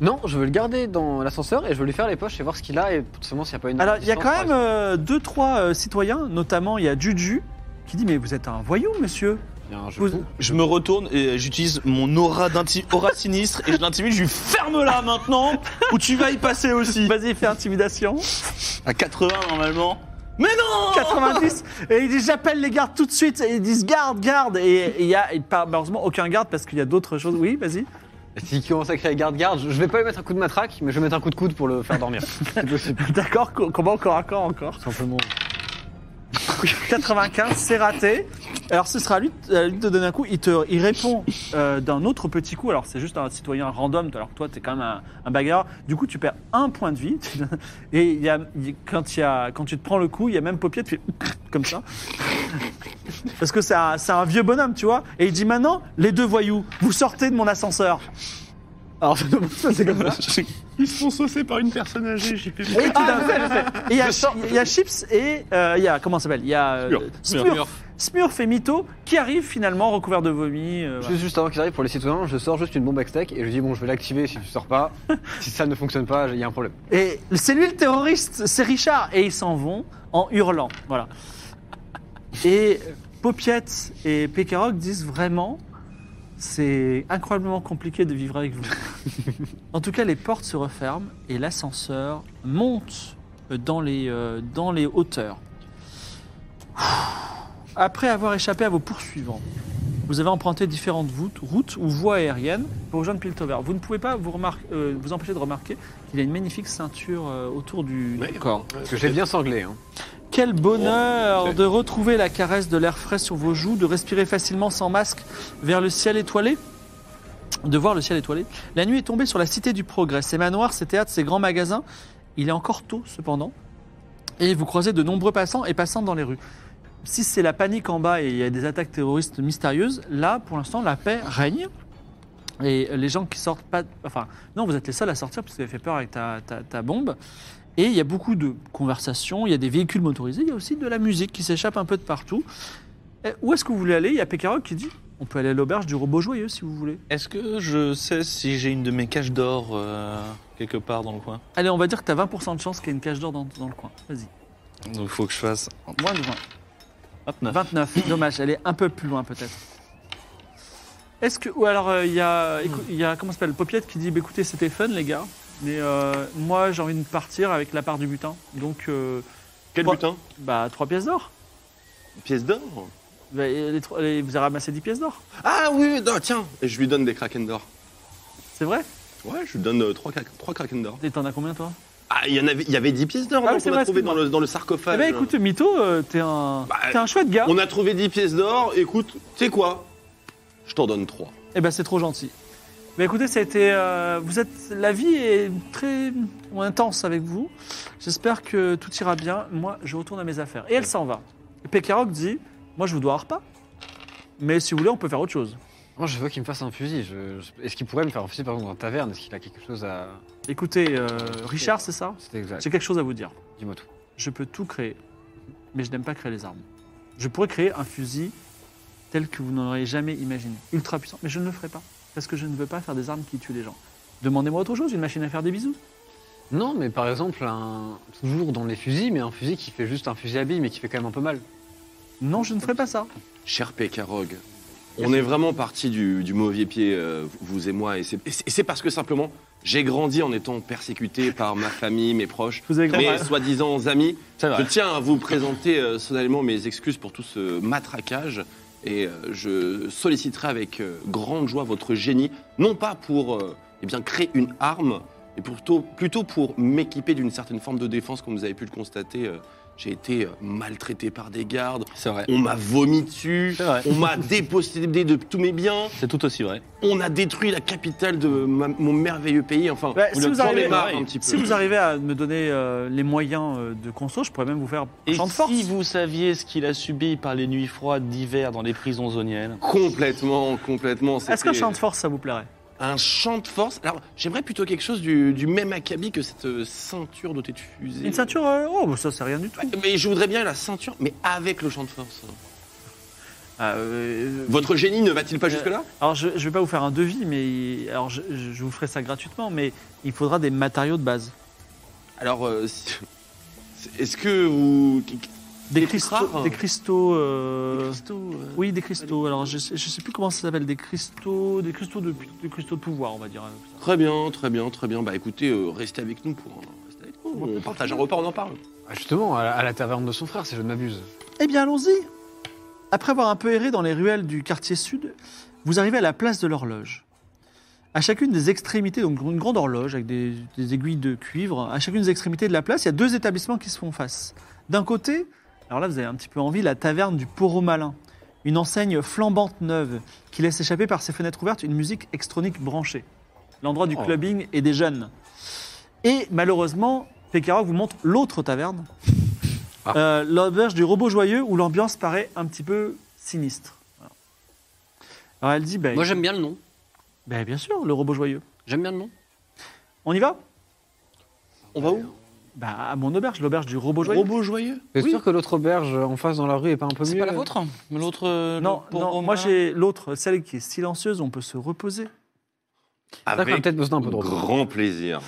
Non, je veux le garder dans l'ascenseur et je veux lui faire les poches et voir ce qu'il a et potentiellement s'il n'y a pas une.
Alors, il y a
résistance, bah,
quand
par
même
exemple.
euh, deux, trois euh, citoyens, notamment il y a Juju, qui dit Mais vous êtes un voyou, monsieur
Il y a un jeu
Vous-
de fou.
Je me retourne et j'utilise mon aura, d'inti- aura sinistre et je l'intimide, je lui ferme là maintenant ou tu vas y passer aussi.
Vas-y, fais intimidation.
À 80 normalement. Mais non
90. Et il dit J'appelle les gardes tout de suite. Et ils disent Garde, garde. Et et il y a, et pas- malheureusement, aucun garde parce qu'il y a d'autres choses. Oui, vas-y.
S'il commence à créer garde-garde, je je vais pas lui mettre un coup de matraque, mais je vais mettre un coup de coude pour le faire dormir. C'est possible.
D'accord, co- combat encore à corps encore.
Simplement.
95, c'est raté. Alors ce sera à lui, à lui de donner un coup. Il, te, il répond euh, d'un autre petit coup. Alors c'est juste un citoyen random, alors que toi, t'es quand même un, un bagarreur. Du coup, tu perds un point de vie. Et il y a, il- quand, il y a, quand tu te prends le coup, il y a même Popier, tu fais comme ça. Parce que c'est un, c'est un vieux bonhomme, tu vois. Et il dit maintenant, les deux voyous, vous sortez de mon ascenseur. Alors ça doit se passer comme ça.
Ils se font saucer par une personne âgée, j'ai fait
Oui, tout à fait. Et il y a- il y, a Chips et euh, il y a comment ça s'appelle Il y a euh, Smurf. Smurf et Mito qui arrivent finalement recouverts de vomi. euh, voilà.
Juste, juste avant qu'ils arrivent pour les citoyens, je sors juste une bombe à stack et je dis bon, je vais l'activer si tu sors pas. si ça ne fonctionne pas, il y a un problème.
Et c'est lui le terroriste, c'est Richard. Et ils s'en vont en hurlant. Voilà. Et Popiette et Pécaroc disent vraiment c'est incroyablement compliqué de vivre avec vous. en tout cas, les portes se referment et l'ascenseur monte dans les, euh, dans les hauteurs. Après avoir échappé à vos poursuivants, vous avez emprunté différentes voûtes- routes ou voies aériennes pour rejoindre Piltover. Vous ne pouvez pas vous, remar- euh, vous empêcher de remarquer qu'il y a une magnifique ceinture euh, autour du, du corps.
Parce que j'ai bien sanglé. Hein.
Quel bonheur de retrouver la caresse de l'air frais sur vos joues, de respirer facilement sans masque vers le ciel étoilé, de voir le ciel étoilé. La nuit est tombée sur la cité du progrès, ses manoirs, ses théâtres, ses grands magasins. Il est encore tôt cependant, et vous croisez de nombreux passants et passantes dans les rues. Si c'est la panique en bas et il y a des attaques terroristes mystérieuses, là pour l'instant la paix règne. Et les gens qui sortent pas. Enfin, non, vous êtes les seuls à sortir parce que vous avez fait peur avec ta- ta- ta bombe. Et il y a beaucoup de conversations, il y a des véhicules motorisés, il y a aussi de la musique qui s'échappe un peu de partout. Eh, où est-ce que vous voulez aller Il y a Pécaroc qui dit on peut aller à l'auberge du robot joyeux si vous voulez.
Est-ce que je sais si j'ai une de mes caches d'or euh, quelque part dans le coin
Allez, on va dire que tu as 20% de chance qu'il y ait une cage d'or dans, dans le coin. Vas-y.
Donc il faut que je fasse
Moins de 20.
Hop, neuf.
29, dommage, elle est un peu plus loin peut-être. Est-ce que. Ou alors euh, il y a. écou- Il y a. Comment ça s'appelle Popiette qui dit Bah, écoutez, c'était fun les gars, mais euh, moi j'ai envie de partir avec la part du butin. Donc, euh,
Quel
Trois-
butin
bah, 3 pièces d'or.
Pièce d'or
Bah, et les trois- les- vous avez ramassé 10 pièces d'or,
Ah oui, non, tiens Et je lui donne des kraken d'or.
c'est vrai
Ouais, je lui donne euh, trois, cra- trois kraken d'or.
Et t'en as combien toi
Ah, il y, en avait, il y avait 10 pièces d'or
Ah
non,
oui, c'est
qu'on
vrai,
a trouvé dans
excuse-moi.
le, dans le sarcophage.
Eh ben écoute, Mito, euh, t'es un,
Bah,
t'es un chouette gars.
On a trouvé 10 pièces d'or, écoute, tu sais quoi Je t'en donne 3.
Eh ben c'est trop gentil. Mais écoutez, ça a été, euh, vous êtes, la vie est très intense avec vous. J'espère que tout ira bien. Moi, je retourne à mes affaires. Et elle s'en va. Et Pécaroc dit, moi je vous dois un repas. Mais si vous voulez, on peut faire autre chose.
Moi, je veux qu'il me fasse un fusil. je- je- Est-ce qu'il pourrait me faire un fusil par exemple dans la taverne Est-ce qu'il a quelque chose à.
Écoutez, euh, Richard, c'est ça
C'est exact.
J'ai quelque chose à vous dire.
Dis-moi tout.
Je peux tout créer, mais je n'aime pas créer les armes. Je pourrais créer un fusil tel que vous n'en auriez jamais imaginé, ultra puissant, mais je ne le ferai pas, parce que je ne veux pas faire des armes qui tuent les gens. Demandez-moi autre chose, une machine à faire des bisous.
Non, mais par exemple, un... toujours dans les fusils, mais un fusil qui fait juste un fusil à billes, mais qui fait quand même un peu mal.
Non, je ne ferai pas ça.
Cher Pécarog, on est vraiment parti du, du mauvais pied, euh, vous et moi, et c'est- et c'est et c'est parce que simplement, j'ai grandi en étant persécuté par ma famille, mes proches,
Vous avez compris.
mes soi-disant amis.
C'est vrai.
Je tiens à vous présenter euh, solennellement mes excuses pour tout ce matraquage, et euh, je solliciterai avec euh, grande joie votre génie, non pas pour euh, eh bien, créer une arme, mais plutôt, plutôt pour m'équiper d'une certaine forme de défense, comme vous avez pu le constater. euh, j'ai été euh, maltraité par des gardes,
C'est vrai.
on m'a vomi dessus,
C'est vrai.
on m'a dépossédé de tous mes biens,
C'est tout aussi vrai.
on a détruit la capitale de ma- mon merveilleux pays. Enfin,
Ouais, Bah, si
le
vous
temps
arrivez-
est marre
ouais.
un petit peu.
Si vous arrivez à me donner euh, les moyens euh, de conso, je pourrais même vous faire un
Et
champ de force.
si vous saviez ce qu'il a subi par les nuits froides d'hiver dans les prisons zoniennes
Complètement, complètement.
Est-ce qu'un
c'était
champ de force, ça vous plairait
un champ de force Alors, j'aimerais plutôt quelque chose du, du même acabit que cette euh, ceinture dotée de fusées.
Une ceinture euh, Oh, bah, ça, c'est rien du tout.
Ouais, Mais je voudrais bien la ceinture, mais avec le champ de force.
Ah, euh,
Votre génie ne va-t-il pas
Euh,
jusque-là
Alors, je ne vais pas vous faire un devis, mais alors je, je- je vous ferai ça gratuitement, mais il faudra des matériaux de base.
Alors, euh, si- est-ce que vous.
Des
Des
cristaux.
rares.
Des cristaux. euh,
Christo, euh,
Oui, des cristaux. Alors, je sais, je sais plus comment ça s'appelle. Des cristaux, des cristaux de, des cristaux de pouvoir, on va dire. hein,
Très bien, très bien, très bien. Bah écoutez, euh, restez avec nous pour. restez avec nous. On partage un repas, on en parle.
Ah, justement, à la, à la taverne de son frère, si je ne m'abuse.
Eh bien, allons-y. Après avoir un peu erré dans les ruelles du quartier sud, vous arrivez à la place de l'horloge. À chacune des extrémités, donc une grande horloge avec des, des aiguilles de cuivre, à chacune des extrémités de la place, il y a deux établissements qui se font face. D'un côté, Alors là, vous avez un petit peu envie, la taverne du Poro Malin. Une enseigne flambante neuve qui laisse échapper par ses fenêtres ouvertes une musique extronique branchée. L'endroit du clubbing et des jeunes. Et malheureusement, Pekara vous montre l'autre taverne, Euh, l'auberge du robot joyeux où l'ambiance paraît un petit peu sinistre. Voilà. Alors elle dit, ben,
Moi, j'aime bien le nom.
ben, bien sûr, le robot joyeux.
J'aime bien le nom.
On y va
On va où
Bah à mon auberge, l'auberge du robot joyeux.
Robot joyeux
C'est sûr que l'autre auberge en face dans la rue est pas un peu mieux.
C'est pas la vôtre L'autre. euh,
Non,
le- pour-
non,
au-
moi j'ai l'autre, celle qui est silencieuse, on peut se reposer.
C'est vrai qu'on a
Avec
peut-être besoin d'un peu de repos.
grand plaisir.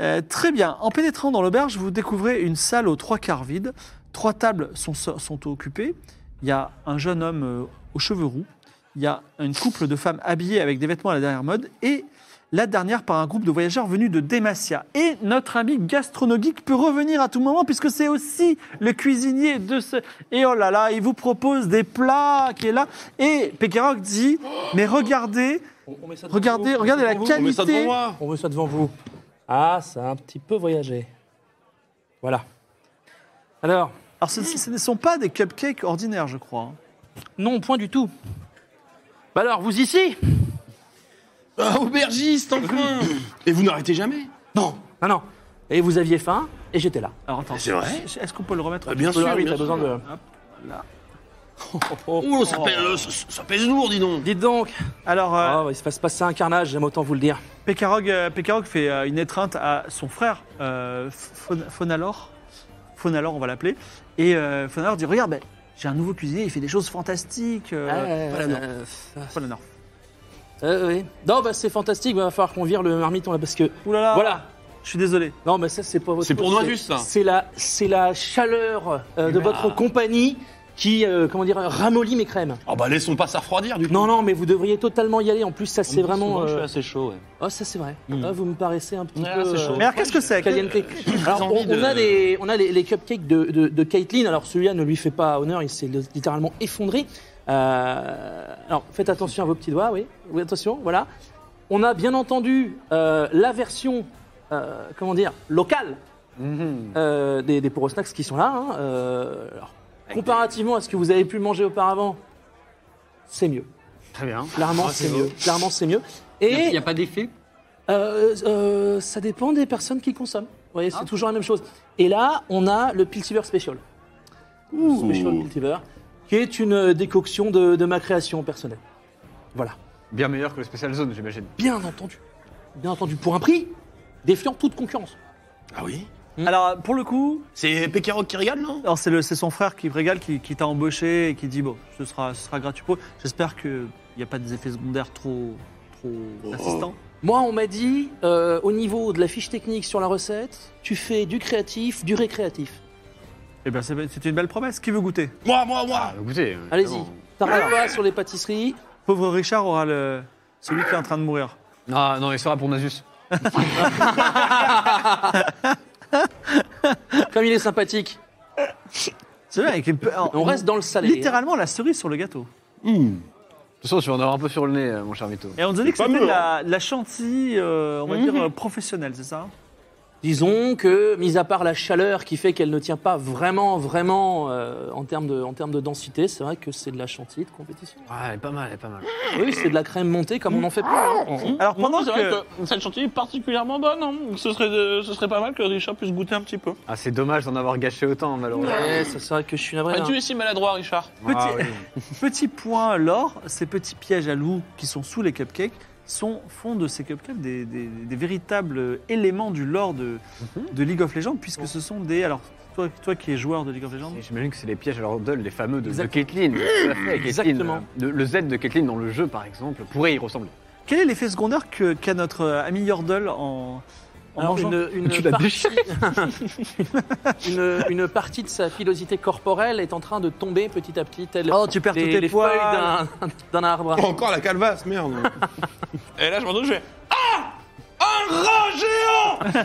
Euh, très bien. En pénétrant dans l'auberge, vous découvrez une salle aux trois quarts vide. Trois tables sont, sont occupées. Il y a un jeune homme euh, aux cheveux roux. Il y a une couple de femmes habillées avec des vêtements à la dernière mode. Et la dernière par un groupe de voyageurs venus de Demacia. Et notre ami gastronomique peut revenir à tout moment puisque c'est aussi le cuisinier de ce... Et oh là là, il vous propose des plats qui est là. Et Pekarok dit,
Oh
mais regardez, regardez, regardez la
On met ça devant
qualité.
moi.
On veut ça devant vous. Ah, ça a un petit peu voyagé. Voilà. Alors,
Alors, ce, ce ne sont pas des cupcakes ordinaires, je crois.
non, point du tout. Bah alors, vous ici
Ah, aubergiste, enfin Et vous n'arrêtez jamais
Non, non, non. Et vous aviez faim, et j'étais là.
Alors, attends.
C'est vrai
Est-ce est-ce qu'on peut le remettre
Ah, Bien sûr.
Ah oui,
bien
t'as
sûr.
besoin de...
Oh, ça pèse, euh, ça- ça pèse lourd, dis donc.
Dites donc,
Alors, euh,
Ah, il se passe passer un carnage, j'aime autant vous le dire.
Pekarog, euh, Pekarog fait euh, une étreinte à son frère, euh, Phon- Phonalor. Phonalor, on va l'appeler. Et euh, Phonalor dit Regarde, ben, j'ai un nouveau cuisinier, il fait des choses fantastiques. euh, voilà, non.
Euh,
Voilà, non.
euh, oui. Non, bah c'est fantastique, mais il va falloir qu'on vire le marmiton là parce que.
Ouh là là,
Voilà.
je suis désolé.
Non, mais ça, c'est pas votre.
C'est pour
faute,
Noisus,
c'est-
ça. bah.
C'est la, c'est la chaleur euh, de votre compagnie qui, euh, comment dire, ramollit mes crèmes.
Ah, bah laissons pas ça refroidir, du coup.
Non, non, mais vous devriez totalement y aller. En plus, ça, c'est vraiment.
Je suis
euh,
assez chaud, ouais.
Oh, ça, c'est vrai.
Mm.
Ah, vous me paraissez un petit
Ah,
peu. euh,
c'est chaud.
Mais alors, qu'est-ce que c'est
Caliente. Alors,
envie
on, on a
de-
les, on a les, les cupcakes de, de, de Caitlyn. Alors, celui-là ne lui fait pas honneur, il s'est littéralement effondré. Euh, alors, faites attention à vos petits doigts, oui. Oui, attention, voilà. On a bien entendu euh, la version, euh, comment dire, locale euh, des, des Poro Snacks qui sont là. hein. Euh, alors, comparativement à ce que vous avez pu manger auparavant, c'est mieux.
Très bien.
Clairement, c'est mieux. Clairement, c'est mieux.
Il
Et
n'y a pas d'effet
euh, euh, ça dépend des personnes qui consomment. Vous voyez, c'est toujours la même chose. Et là, on a le Piltiver Special. Special Piltiver, qui est une euh, décoction de, de ma création personnelle. Voilà.
Bien meilleur que le Special Zone, j'imagine.
Bien entendu. Bien entendu, pour un prix défiant toute concurrence.
Ah oui
Alors, pour le coup,
C'est Pécaroc qui régale, non
alors, c'est le- c'est son frère qui régale, qui, qui t'a embauché et qui dit Bon, ce sera, ce sera gratuit pour eux. J'espère qu'il n'y a pas des effets secondaires trop, trop assistants.
Moi, on m'a dit, euh, au niveau de la fiche technique sur la recette, tu fais du créatif, du récréatif.
Eh bien, c'est c'est une belle promesse. Qui veut goûter
Moi, moi, moi
Ah, Écoutez. euh.
Allez-y. T'arrêtes pas sur les pâtisseries.
Pauvre Richard aura le... celui qui est en train de mourir.
Ah non, il sera pour Nasus.
Comme il est sympathique,
C'est vrai, avec une...
on reste dans le salé. hein.
littéralement la cerise sur le gâteau.
De toute façon, tu vas en avoir un peu sur le nez, euh, mon cher Vito.
Et on disait que
pas
c'était de
mieux, hein.
la, de la chantilly, euh, on va dire, euh, professionnelle, c'est ça hein
Disons que, mis à part la chaleur qui fait qu'elle ne tient pas vraiment, vraiment euh, en, termes de, en termes de densité, c'est vrai que c'est de la chantilly de compétition.
Ah, elle est pas mal, elle est pas mal.
Oui, c'est de la crème montée comme on en fait pas.
Alors pendant
Hmm c'est
que...
vrai que cette chantilly est particulièrement bonne. hein. Ce, serait de- ce serait pas mal que Richard puisse goûter un petit peu.
Ah, c'est dommage d'en avoir gâché autant, malheureusement.
Ouais, ça, c'est vrai que je suis navré.
Ah,
hein.
tu es si maladroit, Richard.
Ah,
Petit- Petit point, l'or, ces petits pièges à loups qui sont sous les cupcakes sont, font de ces cupcakes des, des- des véritables éléments du lore de,
Mhm.
de League of Legends, puisque ce sont des... Alors, toi, toi qui es joueur de League of Legends,
oui. J'imagine que c'est les pièges à l'ordole, les fameux de, de
Exactement.
Caitlyn. Tout à fait, Caitlyn,
Exactement.
euh, Le, le Z de Caitlyn dans le jeu, par exemple, pourrait y ressembler.
quel est l'effet secondaire que- qu'a notre ami Yordle en, en
Alors,
mangeant
une, une
Tu l'as
partie- une, une partie de sa pilosité corporelle est en train de tomber petit à petit, telle
Oh, tu perds
les,
tous tes
les
poils. Oh.
feuilles d'un- d'un arbre.
Encore la calvasse, merde.
Et là, je m'en doute, je fais Ah Un rat géant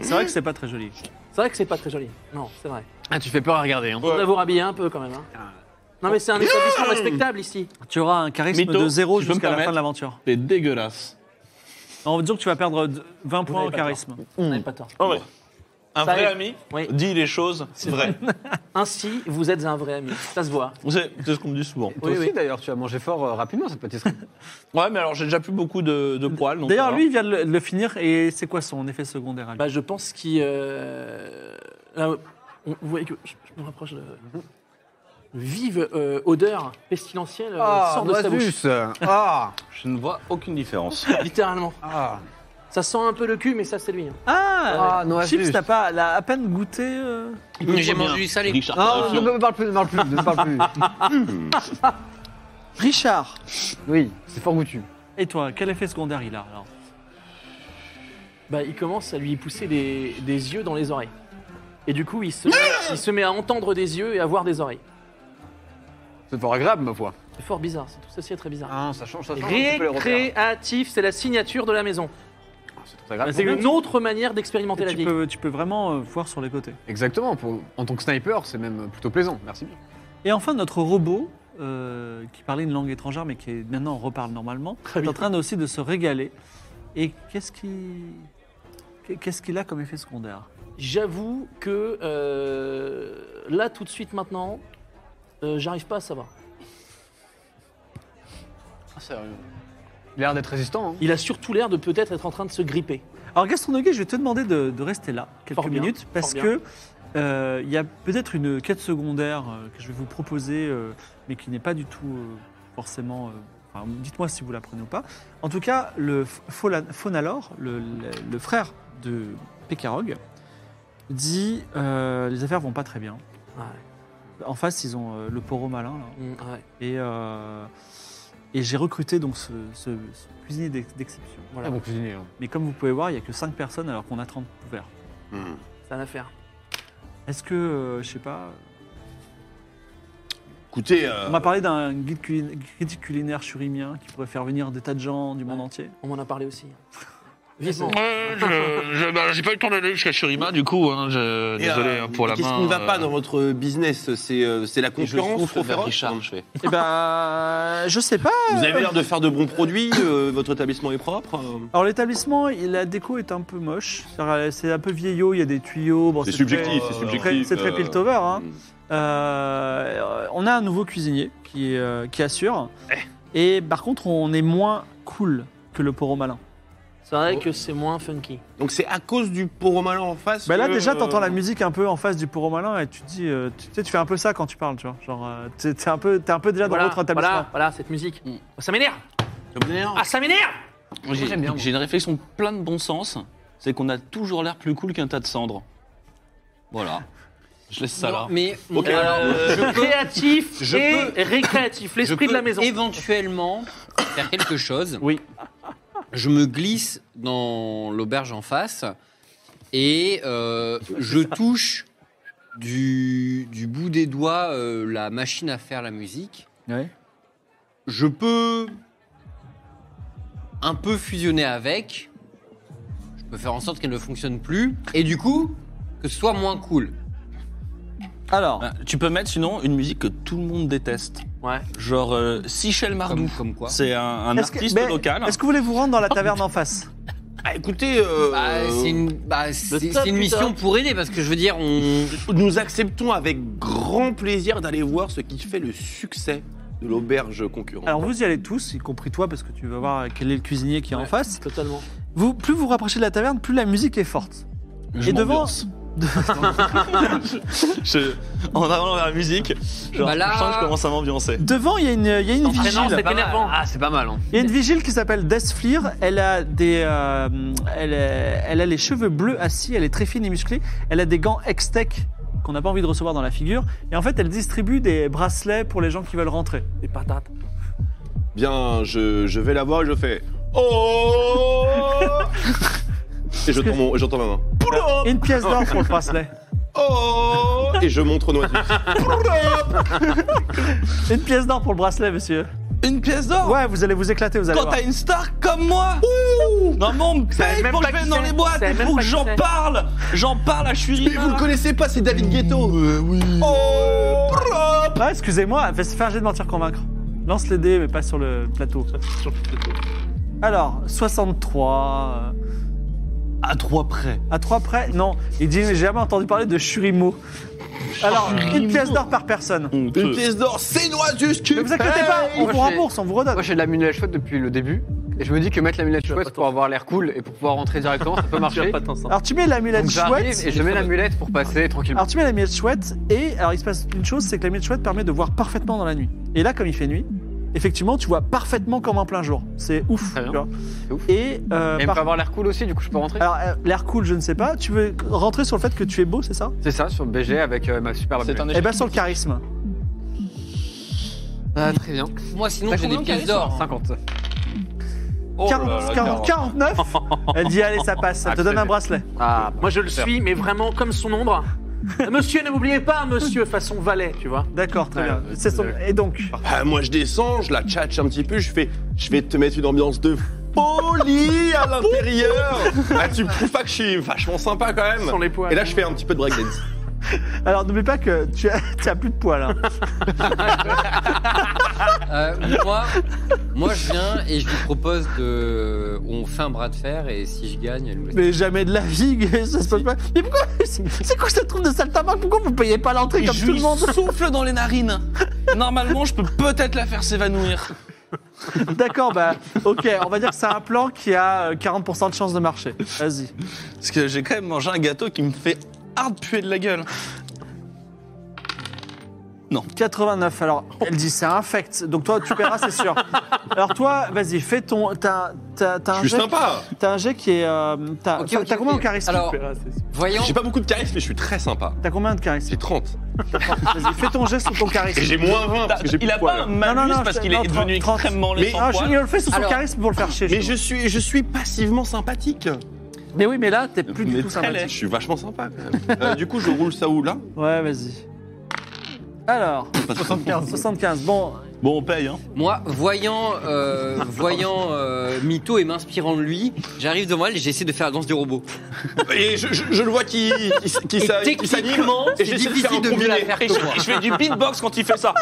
C'est vrai que c'est pas très joli.
C'est vrai que c'est pas très joli. Non, c'est vrai.
Ah, tu fais peur à regarder. Hein. Mmh.
On va vous rhabiller un peu quand même. hein. Non, mais c'est un établissement respectable ici.
Tu auras un charisme
Mytho,
de zéro
tu peux me
jusqu'à la fin
permettre
de l'aventure.
C'est dégueulasse.
On va dire que tu vas perdre de- 20 points
n'avez
au
pas
charisme.
Mmh.
On n'avait pas tort.
Ah ouais. Un
Ça
vrai
arrive.
ami
Oui.
dit les choses vraies.
Ainsi, vous êtes un vrai ami. Ça se voit.
Vous savez, C'est ce qu'on me dit souvent.
Toi
Oui,
aussi,
oui.
d'ailleurs, tu as mangé fort euh, rapidement cette pâtisserie.
Ouais, mais alors j'ai déjà plus beaucoup de, de poils. donc ça
D'ailleurs,
va.
lui, il vient de le, de le finir et c'est quoi son effet secondaire à lui
Bah, je pense qu'il. euh, là, on- vous voyez que je, je me rapproche de. Vive euh, odeur pestilentielle euh,
Oh,
sort de sa bouche.
Ah
Je ne vois aucune différence.
Littéralement.
Ah
Ça sent un peu le cul, mais ça, c'est lui. hein.
Ah,
Ah, Noah
Chips,
Zeus.
t'as pas là, à peine goûté euh,
J'ai mangé du salé.
Richard
Ah,
Tarantino.
ne me parle plus, ne me parle plus, ne me parle plus.
Richard
Oui, c'est fort goûtu.
Et toi, quel effet secondaire il a alors
Bah, il commence à lui pousser des, des yeux dans les oreilles. Et du coup, il se, il se met à entendre des yeux et à voir des oreilles.
C'est fort agréable, ma foi.
C'est fort bizarre. C'est- Tout ceci est très bizarre.
Ah, ça change, ça change. un petit peu les repères.
Récréatif, c'est la signature de la maison.
Ah, C'est très grave.
Bah, c'est
Une autre manière d'expérimenter la
tu
vie.
peux, tu peux vraiment euh, voir sur les côtés.
Exactement, pour- en tant que sniper, c'est même plutôt plaisant, merci bien.
Et enfin, notre robot, euh, qui parlait une langue étrangère mais qui est- maintenant reparle normalement, est en train aussi de se régaler. Et qu'est-ce qui. Qu'est-ce qu'il a comme effet secondaire
J'avoue que euh, là, tout de suite, maintenant, euh, j'arrive pas à savoir.
Il a l'air d'être résistant, hein.
Il a surtout l'air de peut-être être en train de se gripper.
Alors Gaston Noguet, je vais te demander de, de rester là quelques
Fort bien,
minutes parce
fort bien.
que euh, il y a peut-être une quête secondaire euh, que je vais vous proposer, euh, mais qui n'est pas du tout euh, forcément. euh, enfin, Dites-moi si vous la prenez ou pas. En tout cas, le F- Fola- Fonalor, le, le- le frère de Pekarog, dit euh, les affaires vont pas très bien.
Ouais.
En face, ils ont euh, le poro malin là.
Mm, ouais.
et euh, et j'ai recruté donc ce, ce- ce cuisinier d'ex- d'exception. Voilà.
Ah, bon cuisinier. hein.
Mais comme vous pouvez voir, il y a que 5 personnes alors qu'on a 30 couverts.
Hmm.
C'est un affaire.
Est-ce que, euh, je sais pas,
Écoutez, euh,
on m'a parlé d'un guide culin- critique culinaire churimien qui pourrait faire venir des tas de gens du monde
Ouais.
entier
On m'en a parlé aussi. Vivement.
Ouais, je- je- bah, j'ai pas eu le temps d'aller jusqu'à Shurima, du coup. hein, je-
et, euh,
Désolé hein, pour la
Qu'est-ce
main.
qui ne va pas
euh,
dans votre business C'est euh, c'est la
Et je
concurrence
souffle
trop
vers
féroce
Richard, je fais.
Eh ben, je sais pas.
Vous avez l'air de faire de bons produits, euh, votre établissement est propre. euh,
Alors l'établissement, il- la déco est un peu moche. C'est-à-dire, C'est un peu vieillot, il y a des tuyaux. Bon,
C'est
très-
subjectif,
euh,
c'est subjectif,
très- C'est très
euh,
piltover. Hein. Euh, on a un nouveau cuisinier qui, euh, qui assure. Et par contre, on est moins cool que le poro malin.
C'est vrai que c'est moins funky.
Donc c'est à cause du poro malin en face.
Bah là
que,
déjà
euh,
t'entends la musique un peu en face du poro malin et tu te dis euh, tu tu sais tu fais un peu ça quand tu parles tu vois genre euh, t'es t'es un peu t'es un peu déjà dans
Voilà,
l'autre établissement.
voilà, voilà, cette musique. Oh,
Mm.
Ça m'énerve
ça vous énerve
Ah, ça m'énerve
Moi, J'ai
j'aime bien,
j'ai une réflexion plein de bon sens, c'est qu'on a toujours l'air plus cool qu'un tas de cendres. Voilà. Je laisse ça là.
Mais
Ok,
euh,
alors,
je peux-
Créatif
je
et récréatif,
je
l'esprit
peux
de la maison.
éventuellement faire quelque chose.
Oui.
Je me glisse dans l'auberge en face et euh, je touche du, du bout des doigts euh, la machine à faire la musique.
Ouais.
Je peux un peu fusionner avec. Je peux faire en sorte qu'elle ne fonctionne plus. Et du coup, que ce soit moins cool.
Alors
Ah, Tu peux mettre sinon une musique que tout le monde déteste.
Ouais.
Genre euh, Sichel
Comme,
Mardou.
comme quoi.
C'est un, un
est-ce que-
artiste
mais
local.
Est-ce que vous voulez vous rendre dans la taverne en face
Ah, Écoutez, euh,
Bah, c'est une, bah, c'est-
top
c'est une
du
mission
top.
pour aider parce que je veux dire, on,
nous acceptons avec grand plaisir d'aller voir ce qui fait le succès de l'auberge concurrente.
Alors vous y allez tous, y compris toi parce que tu vas voir quel est le cuisinier qui est en
Ouais.
face.
Totalement.
Vous plus vous rapprochez de la taverne, plus la musique est forte.
Je
et devant
m'ambiance. Je- En allant vers la musique, genre,
Bah là-
je sens que je commence à m'ambiancer.
devant il y a une il y a une
Entraînant,
vigile.
c'est énervant.
Ah, c'est pas mal, hein.
Il y a une vigile qui s'appelle Desflir. Elle a des, euh, elle, a, elle a les cheveux bleus assis. Elle est très fine et musclée. Elle a des gants ex-tech qu'on n'a pas envie de recevoir dans la figure. Et en fait, elle distribue des bracelets pour les gens qui veulent rentrer.
Des patates.
Bien, je, je vais la voir et je fais Oh Et je tends mon- j'entends ma main.
Et une pièce d'or pour le bracelet.
Oh Et je montre au noir.
Une pièce d'or pour le bracelet, monsieur.
Une pièce d'or
Ouais, vous allez vous éclater, vous allez
Quand
voir.
t'as une star comme moi Non mais on me paye
même
pour que
pas
je
qui
vienne dans
c'est.
les boîtes,
Savait
il
même
faut
pas
que
qui
j'en
c'est.
parle J'en parle à Shurima
connaissez pas, c'est David Ghetto Oui
Oh
Ah, excusez-moi, fais- fais un jet de mentir convaincre. Lance les dés, mais pas sur le plateau. Alors, 63. euh,
À trois près.
À trois près Non, il dit j'ai jamais entendu parler de Shurimo. Alors, une pièce d'or par personne.
On
Une
peut.
pièce d'or, c'est noir juste
Ne vous inquiétez pas, on vous
Moi, j'ai-
rembourse, on vous redonne.
Moi, j'ai de l'amulette chouette depuis le début. Et je me dis que mettre l'amulette chouette pour avoir l'air cool et pour pouvoir rentrer directement, ça peut
Tu vas
marcher.
pas t'en sortir.
Alors tu mets l'amulette
Donc j'arrive
chouette.
et je mets l'amulette pour passer tranquillement.
Alors tu mets l'amulette chouette et alors il se passe une chose, c'est que l'amulette chouette permet de voir parfaitement dans la nuit. Et là, comme il fait nuit, effectivement, tu vois parfaitement comme en plein jour. C'est ouf.
Très bien.
tu vois.
C'est ouf.
Et euh,
Et elle
par-
peut avoir l'air cool aussi, du coup, je peux rentrer.
alors euh, l'air cool, je ne sais pas. Tu veux rentrer sur le fait que tu es beau, c'est ça
C'est ça, sur le BG avec euh, ma superbe
C'est un
amulette.
Eh ben sur le charisme.
Ah, très bien.
Moi, sinon,
T'as
j'ai des
combien de
pièces
charisme
d'or.
50.
40 40 49 Elle dit allez, ça passe. Elle te donne un
Accélère.
bracelet.
Ah,
Moi, je le suis, mais vraiment comme son ombre. Monsieur, ne m'oubliez pas, monsieur, façon valet, tu vois.
D'accord, très
Ouais,
bien.
euh,
C'est son-
désolé.
Et donc,
Bah, moi, je descends, je la tchatche un petit peu, je fais, je vais te mettre une ambiance de folie à l'intérieur. Ah, tu me trouves pas que je suis vachement sympa quand même.
Sans les poils.
Et là, je fais un petit peu de breakdance.
alors n'oublie pas que tu as, tu as plus de poils. hein.
Euh, moi, moi, je viens et je lui propose de. On fait un bras de fer et si je gagne, elle me laisse.
Mais jamais de la vie, ça se passe pas. Mais pourquoi C'est c'est quoi cette troupe de saltimbanque Pourquoi vous payez pas l'entrée comme
je
tout le
lui
monde
souffle dans les narines. Normalement, je peux peut-être la faire s'évanouir.
D'accord, bah ok, on va dire que c'est un plan qui a euh, 40% de chance de marcher. Vas-y.
Parce que j'ai quand même mangé un gâteau qui me fait hard puer de la gueule.
89, alors elle dit c'est infect, donc toi tu paieras, c'est sûr. Alors toi, vas-y, fais ton. T'as t'as- t'as
Je
un,
suis
jet-
sympa.
t'as un jet qui est. euh, t'as
Ok,
t'as-
ok,
t'as combien
ok.
au charisme
Alors- Voyons.
J'ai pas beaucoup de charisme, mais je suis très sympa.
T'as combien de charisme
J'ai 30.
Vas-y, fais ton jet sous ton
Et
charisme.
j'ai moins 20 parce que j'ai plus
Il
de
a pas un
poils.
Non,
malus
non, non,
parce
je-
qu'il
non,
est
30,
devenu
30.
extrêmement
Mais-
laid sans
Ah, je
poils.
le fais sous son
Alors-
charisme pour le faire chier.
Mais je
justement.
suis, je suis passivement sympathique.
mais oui, mais là, t'es plus du
Mais
tout
très laid.
sympathique.
Je suis vachement sympa. quand même. Euh, du coup, je roule ça où là
Ouais, vas-y. Alors, 75. 75. Bon,
Bon, on paye, hein.
Moi, voyant, euh, voyant euh, Mito et m'inspirant de lui, j'arrive devant elle et j'essaie de faire la danse du robot.
Et je, je- je le vois qui, qui, qui
Et
s'a- qui s'anime.
techniquement,
et
c'est
j'essaie de faire un
difficile de mieux la
combiné.
faire
Et
que moi.
je, je fais du beatbox quand il fait ça.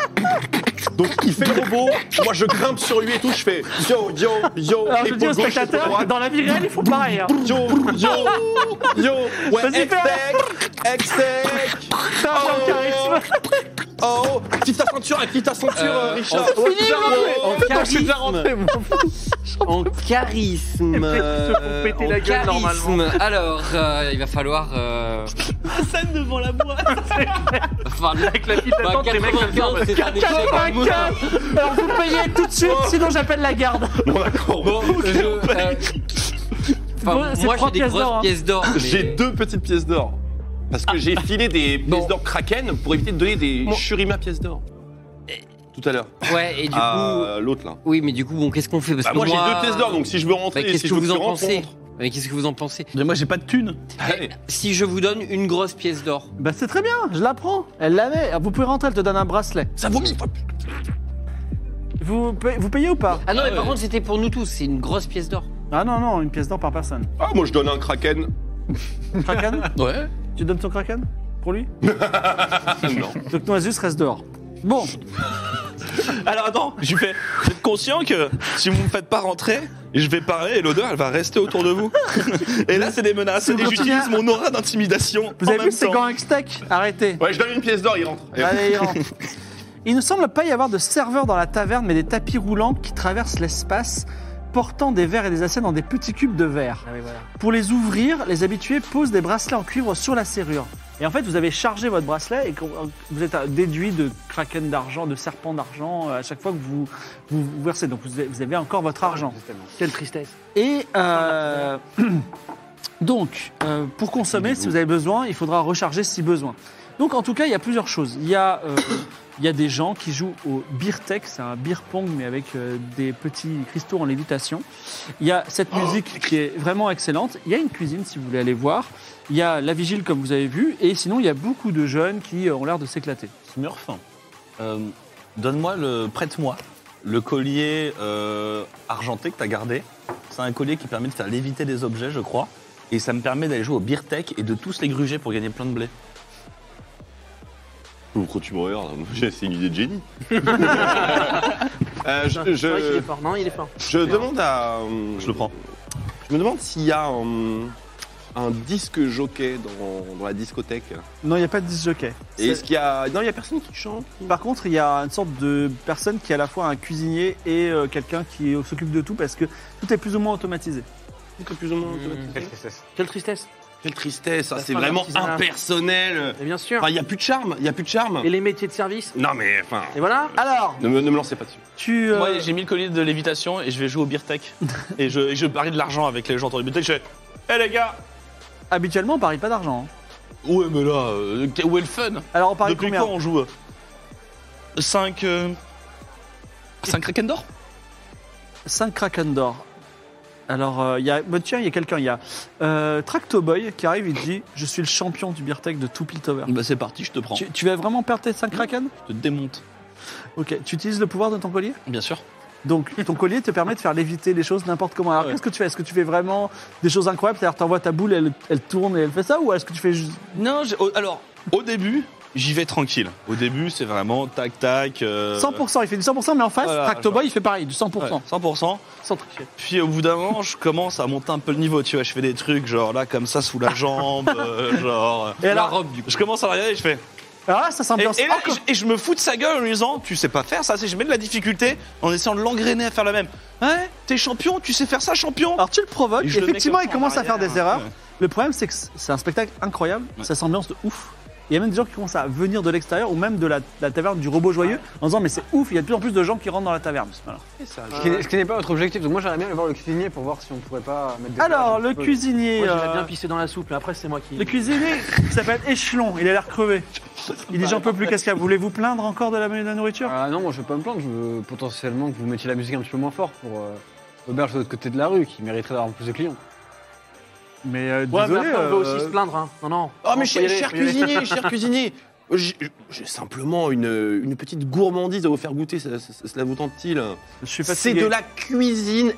Donc il fait le robot, moi je grimpe sur lui et tout, je fais yo yo yo.
alors je
épaule
dis aux
gauche, épaule
spectateurs que
droite.
dans la vie réelle, ils font pareil. hein.
Yo yo yo. Ouais,
Vas-y,
exec, exec.
T'as un bon charisme.
Oh, quitte ta ceinture, quitte ta ceinture,
Euh,
euh, Richard.
en-
Ouais,
fini,
Richard,
là,
ouais.
en
Fais ton
charisme.
Richard rentrer, moi.
En charisme.
Les précieux
Euh,
font péter
en
la gueule,
charisme. Alors, euh, il va falloir. euh,
Scène devant la boîte.
il va falloir-
Avec la file
Bah,
d'attente, les mecs, ça
95, c'est un échec.
95. Alors vous payez tout de suite, sinon j'appelle la garde.
Bon d'accord.
Bon, je, euh, enfin,
Bon, c'est
moi,
trois
j'ai des
pièces
grosses
d'or, hein.
pièces d'or. mais-
J'ai deux petites pièces d'or. Parce que j'ai filé des pièces d'or Kraken pour éviter de donner des
Bon.
Shurima pièces d'or. Tout à l'heure.
Ouais, et du
À l'autre là.
coup. Oui, mais du coup, bon, qu'est-ce qu'on fait Parce
Ah. Bah,
que
moi j'ai
moi,
deux pièces d'or donc si je veux rentrer
bah,
et
qu'est-ce
si
que
je veux
vous en
tu rentres,
pensez
rentre.
Mais qu'est-ce que vous en pensez
Mais moi, j'ai pas de thune.
Allez.
Si je vous donne une grosse pièce d'or,
Bah c'est très bien, je la prends. Elle la met. Vous pouvez rentrer, elle te donne un bracelet.
Ça vomit. hop.
Vous, payez- vous payez ou pas
Ah non, mais par
ouais.
contre, c'était pour nous tous, c'est une grosse pièce d'or.
Ah non, non, une pièce d'or par personne.
Ah moi je donne un Kraken.
Kraken
Ouais.
Tu donnes ton Kraken Pour lui
Ah, non.
Donc Noisus reste dehors. Bon,
Alors attends, je lui fais. Vous êtes conscient que si vous me faites pas rentrer, je vais parler et l'odeur elle va rester autour de vous. Et là, c'est des menaces. Et j'utilise mon aura d'intimidation.
vous
en
avez
même
vu ces
temps.
gants Hextech Arrêtez.
Ouais, je donne une pièce d'or, il rentre. Allez.
Allez, il rentre. Il ne semble pas y avoir de serveur dans la taverne, mais des tapis roulants qui traversent l'espace, portant des verres et des assiettes dans des petits cubes de verre.
Ah
Pour les ouvrir, les habitués posent des bracelets en cuivre sur la serrure. Et en fait, vous avez chargé votre bracelet et que vous êtes euh, déduit de kraken d'argent, de serpent d'argent euh, à chaque fois que vous vous, vous versez. Donc vous avez- vous avez encore votre argent.
Quelle tristesse.
Et euh, donc, euh, pour consommer, si vous avez besoin, il faudra recharger si besoin. Donc, en tout cas, il y a plusieurs choses. Il y a, euh, il y a des gens qui jouent au beer tech, c'est un beer pong, mais avec euh, des petits cristaux en lévitation. Il y a cette musique qui est vraiment excellente. Il y a une cuisine, si vous voulez aller voir. Il y a la vigile, comme vous avez vu. Et sinon, il y a beaucoup de jeunes qui euh, ont l'air de s'éclater.
Smurf, euh, donne-moi le. Prête-moi le collier euh, argenté que t'as gardé. C'est un collier qui permet de faire léviter des objets, je crois. Et ça me permet d'aller jouer au beer tech et de tous les gruger pour gagner plein de blé.
Pourquoi tu me regardes C'est une idée de génie. Euh, je
C'est vrai qu'il
je,
est fort. Non, il est fort.
je demande à. euh,
Je le prends.
Je me demande s'il y a. euh, un disque jockey dans, dans la discothèque
Non, il n'y a pas de disjockey.
Et est-ce qu'il y a. Non, il y a personne qui chante.
Par contre, il y a une sorte de personne qui est à la fois un cuisinier et euh, quelqu'un qui s'occupe de tout parce que tout est plus ou moins automatisé.
Tout est plus ou moins automatisé.
Quelle tristesse.
Quelle tristesse.
Quelle tristesse, ça,
Ça
c'est
fera
vraiment
l'artisanat.
impersonnel.
Et bien sûr.
Enfin, il n'y a plus de charme, il n'y a plus de charme.
Et les métiers de service.
Non, mais enfin.
Et voilà.
Alors,
Ne me, ne me lancez pas dessus.
tu. euh,
Moi, j'ai mis le collier de lévitation et je vais jouer au beer tech. et, je, et je parie de l'argent avec les gens autour du beer tech. Je fais Hé les gars
Habituellement, on parie pas d'argent. hein.
Ouais, mais là, euh, où est le fun
Alors, on parie
Depuis
combien
quand on joue euh, 5. 5 Kraken d'or
5 Kraken d'or. Alors, euh, il y a, bah, tiens, il y a quelqu'un, il y a euh, Tracto Boy qui arrive, il dit Je suis le champion du beer tech de tout Piltover.
Bah, c'est parti, je te prends.
Tu, tu vas vraiment perdre tes 5 Kraken
Je te démonte.
Ok, tu utilises le pouvoir de ton collier
Bien sûr.
Donc, ton collier te permet de faire léviter les choses n'importe comment. Alors,
Ouais.
qu'est-ce que tu fais Est-ce que tu fais vraiment des choses incroyables C'est-à-dire, t'envoies ta boule, elle, elle tourne et elle fait ça Ou est-ce que tu fais juste.
Non, j'ai- au- alors, au début, j'y vais tranquille. Au début, c'est vraiment tac tac. euh,
100% Il fait du 100%, mais en face,
voilà,
Tracto
genre.
Boy, il fait pareil, du 100%.
ouais, 100%.
Sans tricher.
Puis au bout d'un moment, je commence à monter un peu le niveau. Tu vois, je fais des trucs genre là, comme ça, sous la jambe. euh, genre.
Et
La
alors,
robe, du coup.
Je commence à la regarder et je fais.
alors là, Ah, ça
Et,
s'ambiance
et là,
encore.
je, et je me fous de sa gueule en lui disant Tu sais pas faire ça, c'est je mets de la difficulté en essayant de l'engrainer à faire la même. Ouais, t'es champion, tu sais faire ça, champion
Alors, tu le provoques,
Et je le mets
effectivement,
comme
il
ça en
commence à faire
arrière. hein.
des erreurs.
Ouais.
Le problème, c'est que c'est un spectacle incroyable, ça s'ambiance de ouf. Il y a même des gens qui commencent à venir de l'extérieur ou même de la, la taverne du robot joyeux en disant mais c'est ouf, il y a de plus en plus de gens qui rentrent dans la taverne. Voilà.
Ah.
Ce qui n'est- ce qui n'est pas votre objectif. Donc moi, j'aimerais bien aller voir le cuisinier pour voir si on pourrait pas mettre des
Alors
plages un
le
peu.
cuisinier,
Moi, j'irais
euh,
bien pisser dans la soupe, mais après, c'est moi qui.
le cuisinier il s'appelle Échelon, il a l'air crevé. Il dit j'en peux plus, qu'est-ce qu'il y a Voulez-vous plaindre encore de la, de la nourriture
Ah non, moi je veux pas me plaindre, je veux potentiellement que vous mettiez la musique un petit peu moins fort pour euh, l'auberge de l'autre côté de la rue qui mériterait d'avoir plus de clients.
Mais euh,
Ouais,
désolé.
mais après, on peut
euh,
aussi se plaindre. Hein. Non, non.
Oh, mais
Non, faut y
cher,
aller,
cher
faut y aller.
cuisinier, cher cuisinier j'ai- J'ai simplement une, une petite gourmandise à vous faire goûter, ça- ça- cela vous tente-t-il
je suis
C'est
fatigué.
de la cuisine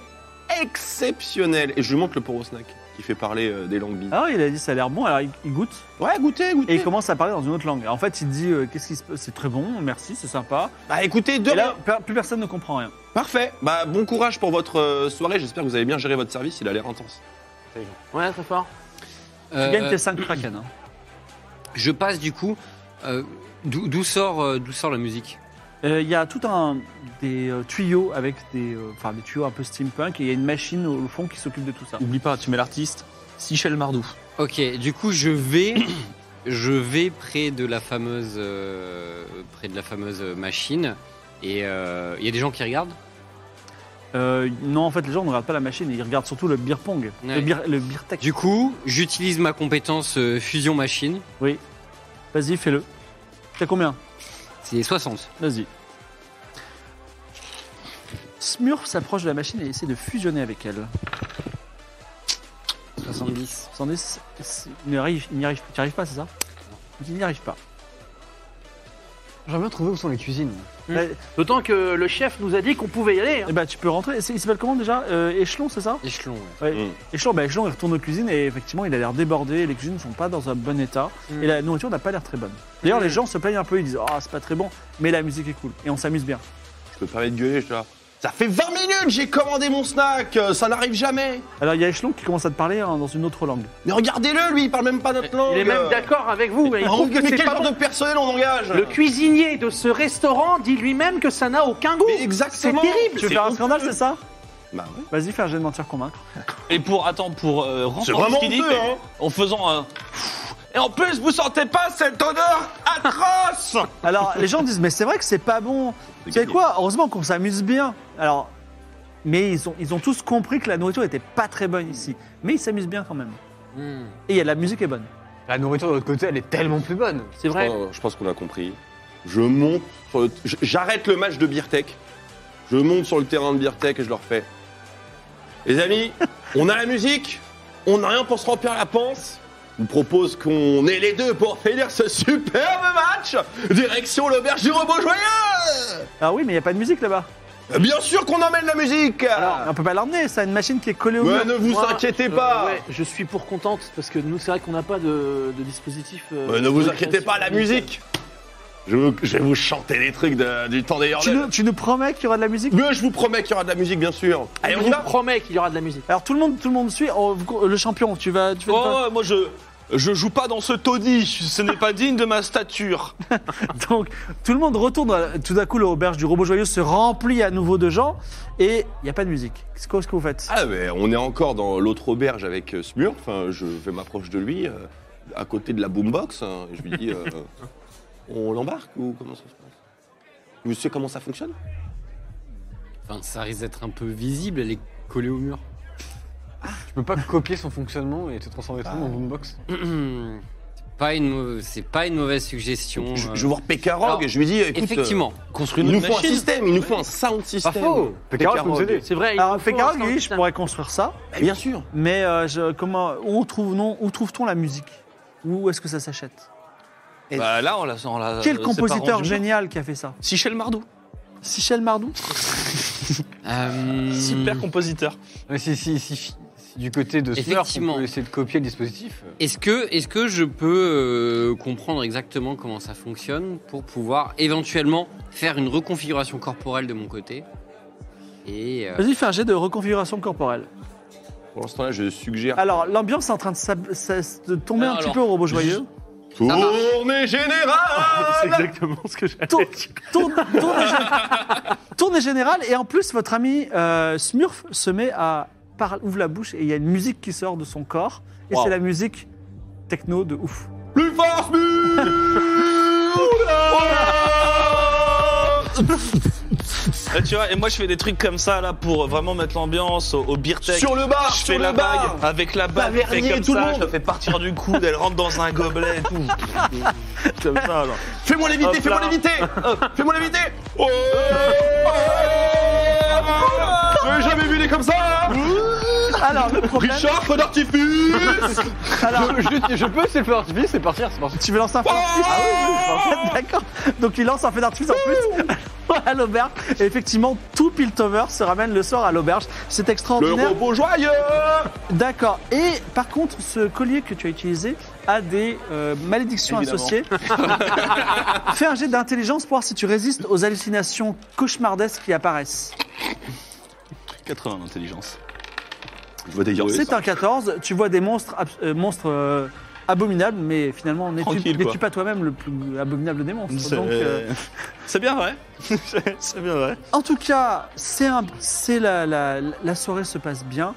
exceptionnelle. Et je lui montre le poro snack qui fait parler euh, des langues bizarres.
Alors Ah, il a dit ça a l'air bon, alors il, il goûte
Ah.
Ouais, goûtez, goûtez.
et il commence à parler dans une autre langue. Alors, en fait il dit euh, qu'est-ce qui se passe C'est très bon, merci, c'est sympa.
Bah écoutez, de
Et là
rien.
per- plus personne ne comprend rien.
Parfait. Bah bon courage pour votre euh, soirée. J'espère que vous avez bien géré votre service. Il a l'air intense.
Ouais, très fort.
Tu
Euh,
gagnes tes 5 kraken. hein.
Je passe du coup. euh, D'où d'où sort, euh, d'où sort la musique
Euh, Il y a tout un des euh, tuyaux avec des, euh, enfin des tuyaux un peu steampunk et il y a une machine au fond qui s'occupe de tout ça.
Oublie pas, tu mets l'artiste Sichel Mardou.
Ok, du coup je vais, je vais près de la fameuse, euh, près de la fameuse machine. Et euh, il y a des gens qui regardent.
Euh, non, en fait, les gens ne regardent pas la machine, ils regardent surtout le beer pong, le
Ouais.
beer, le beer tech.
Du coup, j'utilise ma compétence euh, fusion machine.
Vas-y, fais-le. T'as combien
C'est 60.
Vas-y. Smurf s'approche de la machine et essaie de fusionner avec elle.
70.
110, c'est- il n'y arrive, il n'y arrive, tu n'y arrives pas, c'est ça Il n'y arrive pas.
J'aimerais bien trouver où sont les cuisines.
D'autant que le chef nous a dit qu'on pouvait y aller. hein.
Et bah, tu peux rentrer. C'est- Il s'appelle comment déjà Euh, Échelon, c'est ça
Échelon. ouais.
Échelon, bah, Échelon, il retourne aux cuisines et effectivement, il a l'air débordé. Les cuisines ne sont pas dans un bon état
Mm.
et la nourriture n'a pas l'air très bonne. D'ailleurs, les gens se plaignent un peu, ils disent Ah, c'est pas très bon, mais la musique est cool et on s'amuse bien.
Je peux pas de gueuler, je suis là. Ça fait 20 minutes j'ai commandé mon snack. euh, Ça n'arrive jamais.
Alors, il y a Échelon qui commence à te parler hein, dans une autre langue.
Mais regardez-le, lui, il parle même pas notre langue.
Il est même
euh.
d'accord avec vous. hein. Il
Ah,
trouve que
mais
c'est
quel
pas
genre
bon.
de personnel on engage
Le cuisinier de ce restaurant dit lui-même que ça n'a aucun goût.
Mais exactement.
C'est terrible.
Tu veux
C'est
faire un
honteux.
scandale, c'est ça
Bah ouais.
Vas-y, fais un jet de mentir convaincre.
Et pour, attends, pour
C'est
euh, renforcer
vraiment
ce qu'il dit,
honteux,
mais
hein.
en faisant un. Et en plus, vous sentez pas cette odeur atroce
Alors, les gens disent, mais c'est vrai que c'est pas bon. Tu sais quoi Heureusement qu'on s'amuse bien. Alors, mais ils ont, ils ont tous compris que la nourriture était pas très bonne ici. Mais ils s'amusent bien quand même.
Hmm.
Et il y a- la musique est bonne.
La nourriture de l'autre côté, elle est tellement plus bonne.
C'est vrai.
Oh, je pense qu'on a compris. Je monte sur le- j- J'arrête le match de Beer Tech. Je monte sur le terrain de Beer Tech et je leur fais. Les amis, on a la musique, on n'a rien pour se remplir la panse. Je vous propose qu'on ait les deux pour finir ce superbe match. Direction l'auberge du robot joyeux.
Alors oui, mais il n'y a pas de musique là-bas.
Bien sûr qu'on emmène la musique.
On peut pas l'emmener, ça, une machine qui est collée au
Mais
mur.
ne vous
Moi,
inquiétez
euh,
pas.
ouais, je suis pour contente parce que nous, c'est vrai qu'on n'a pas de, de dispositif. euh,
Mais ne vous
de
inquiétez pas, la
création.
musique. Je, veux- je vais vous chanter les trucs de- du temps des
Tu
Yordles.
nous, tu nous promets qu'il y aura de la musique
Mais je vous promets qu'il y aura de la musique, bien sûr. Allez, on y va
promet qu'il y aura de la musique.
Alors tout le monde, tout le monde suit. Oh, vous- le champion, tu vas, tu fais
Oh, ouais, moi je. Je joue pas dans ce taudis, ce n'est pas digne de ma stature.
Donc tout le monde retourne. à- Tout d'un coup, l'auberge du robot joyeux se remplit à nouveau de gens et il n'y a pas de musique. Qu'est-ce que qu'est-ce que vous faites
Ah, mais on est encore dans l'autre auberge avec euh, Smurf. Enfin, je vais m'approche de lui, euh, à côté de la boombox. hein, et je lui dis euh, On l'embarque ou comment ça se passe Vous savez comment ça fonctionne
Enfin, ça risque d'être un peu visible, elle est collée au mur.
Tu peux pas copier son fonctionnement et te transformer tout le monde en boombox.
Ah.
C'est pas une mauvaise- C'est pas une mauvaise suggestion.
je,
euh.
je vais voir Pekarog
alors,
et je lui dis Écoute,
Effectivement.
euh,
Construis
il
une
nous
autre
faut un
machine.
système, il nous faut un sound system.
faux.
Pekarog peut nous aider.
C'est vrai. il
Alors
nous faut
Fécara,
un
oui, je
stand-
pourrais construire ça,
Bah, bien sûr.
mais euh, je- comment Où trouve non Où trouve-t-on la musique Où est-ce que ça s'achète
Bah là, on la on la-
Quel
c'est pas
compositeur
rendu.
génial qui a fait ça
Sichel Mardou,
Michel Mardou
Euh,
super compositeur.
Mais si, si, si, si, du côté de Smurf, on
Effectivement.
peut essayer de copier le dispositif.
Est-ce que, est que je peux euh, comprendre exactement comment ça fonctionne pour pouvoir éventuellement faire une reconfiguration corporelle de mon côté Et euh,
Vas-y, fais un jet de reconfiguration corporelle.
Pour l'instant, là, je suggère.
Ah,
Alors l'ambiance est en train de, s'ab- ça- de tomber un
Alors,
petit peu au robot joyeux.
ça marche.
Tournée générale
C'est exactement ce que j'allais
Tour-
dire.
tourne, tournée, gé- tournée générale et en plus votre ami euh, Smurf se met à parler, ouvre la bouche et il y a une musique qui sort de son corps et
Wow.
c'est la musique techno de ouf.
Plus fort,
Et Euh, tu vois, et moi je fais des trucs comme ça là pour vraiment mettre l'ambiance au, au beer tech.
Sur le bar,
je
sur
fais la
le bar
bague avec la bague, je fais
Bavernier,
comme
tout le
ça,
monde.
je la fais partir du coude, elle rentre dans un gobelet et tout. comme ça alors.
Fais-moi
Hop
l'éviter,
là.
fais-moi l'éviter Hop, Fais-moi l'éviter Oh J'avais jamais vu des comme ça hein.
Alors le problème,
Richard, feu d'artifice
alors,
je, je- je peux, c'est le feu d'artifice, c'est partir, c'est parti.
tu veux lancer un feu d'artifice Ah D'accord. Donc il lance un feu d'artifice en plus à l'auberge et effectivement tout Piltover se ramène le soir à l'auberge. C'est
Le
extraordinaire.
robot joyeux
D'accord. Et par contre, ce collier que tu as utilisé a des euh, malédictions
Évidemment.
associées. Fais un jet d'intelligence pour voir si tu résistes aux hallucinations cauchemardesques qui apparaissent.
80 d'intelligence.
Je vois des Yordles,
C'est
ça.
un 14. Tu vois des monstres, abs- euh, monstres euh, abominables, mais finalement, n'es-tu
Tranquille, quoi.
n'es-tu pas toi-même le plus abominable des monstres
C'est
Donc, euh,
c'est bien vrai. c'est bien vrai.
En tout cas, c'est un- c'est la, la- la soirée se passe bien.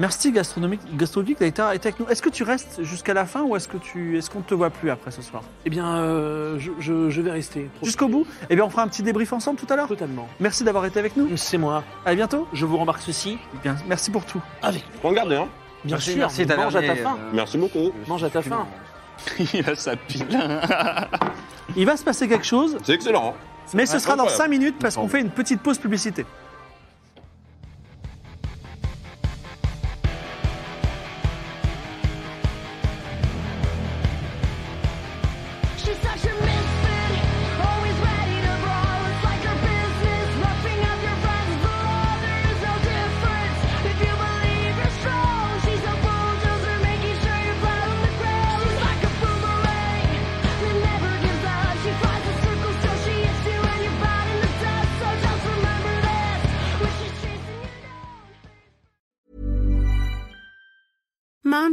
Merci gastronomique, gastronomique d'avoir été avec nous. Est-ce que tu restes jusqu'à la fin ou est-ce que tu, est-ce qu'on ne te voit plus après ce soir
Eh bien, euh, je, je- je vais rester.
Jusqu'au bout Eh bien, on fera un petit débrief ensemble tout à l'heure.
Totalement.
Merci d'avoir été avec nous.
C'est moi.
À bientôt.
Je vous remarque ceci.
Bien, merci pour tout.
Prends garde, hein.
Bien
Merci,
sûr,
merci,
mange à ta
Tavernier,
faim.
euh,
Merci beaucoup.
Mange à ta faim.
Il a sa pile.
Il va se passer quelque chose,
C'est excellent. hein.
mais ce sera dans
incroyable.
5 minutes parce qu'on fait une petite pause publicité.
She's such a misfit, always ready to brawl. It's like her business, roughing up your friends below. There is no difference if you believe you're strong. She's a bulldozer, making sure you're flat on the ground. She's like a boomerang that never gives up. She flies in circles till she hits you and you're flat in the dust. So just remember this when she's chasing you down.
Mom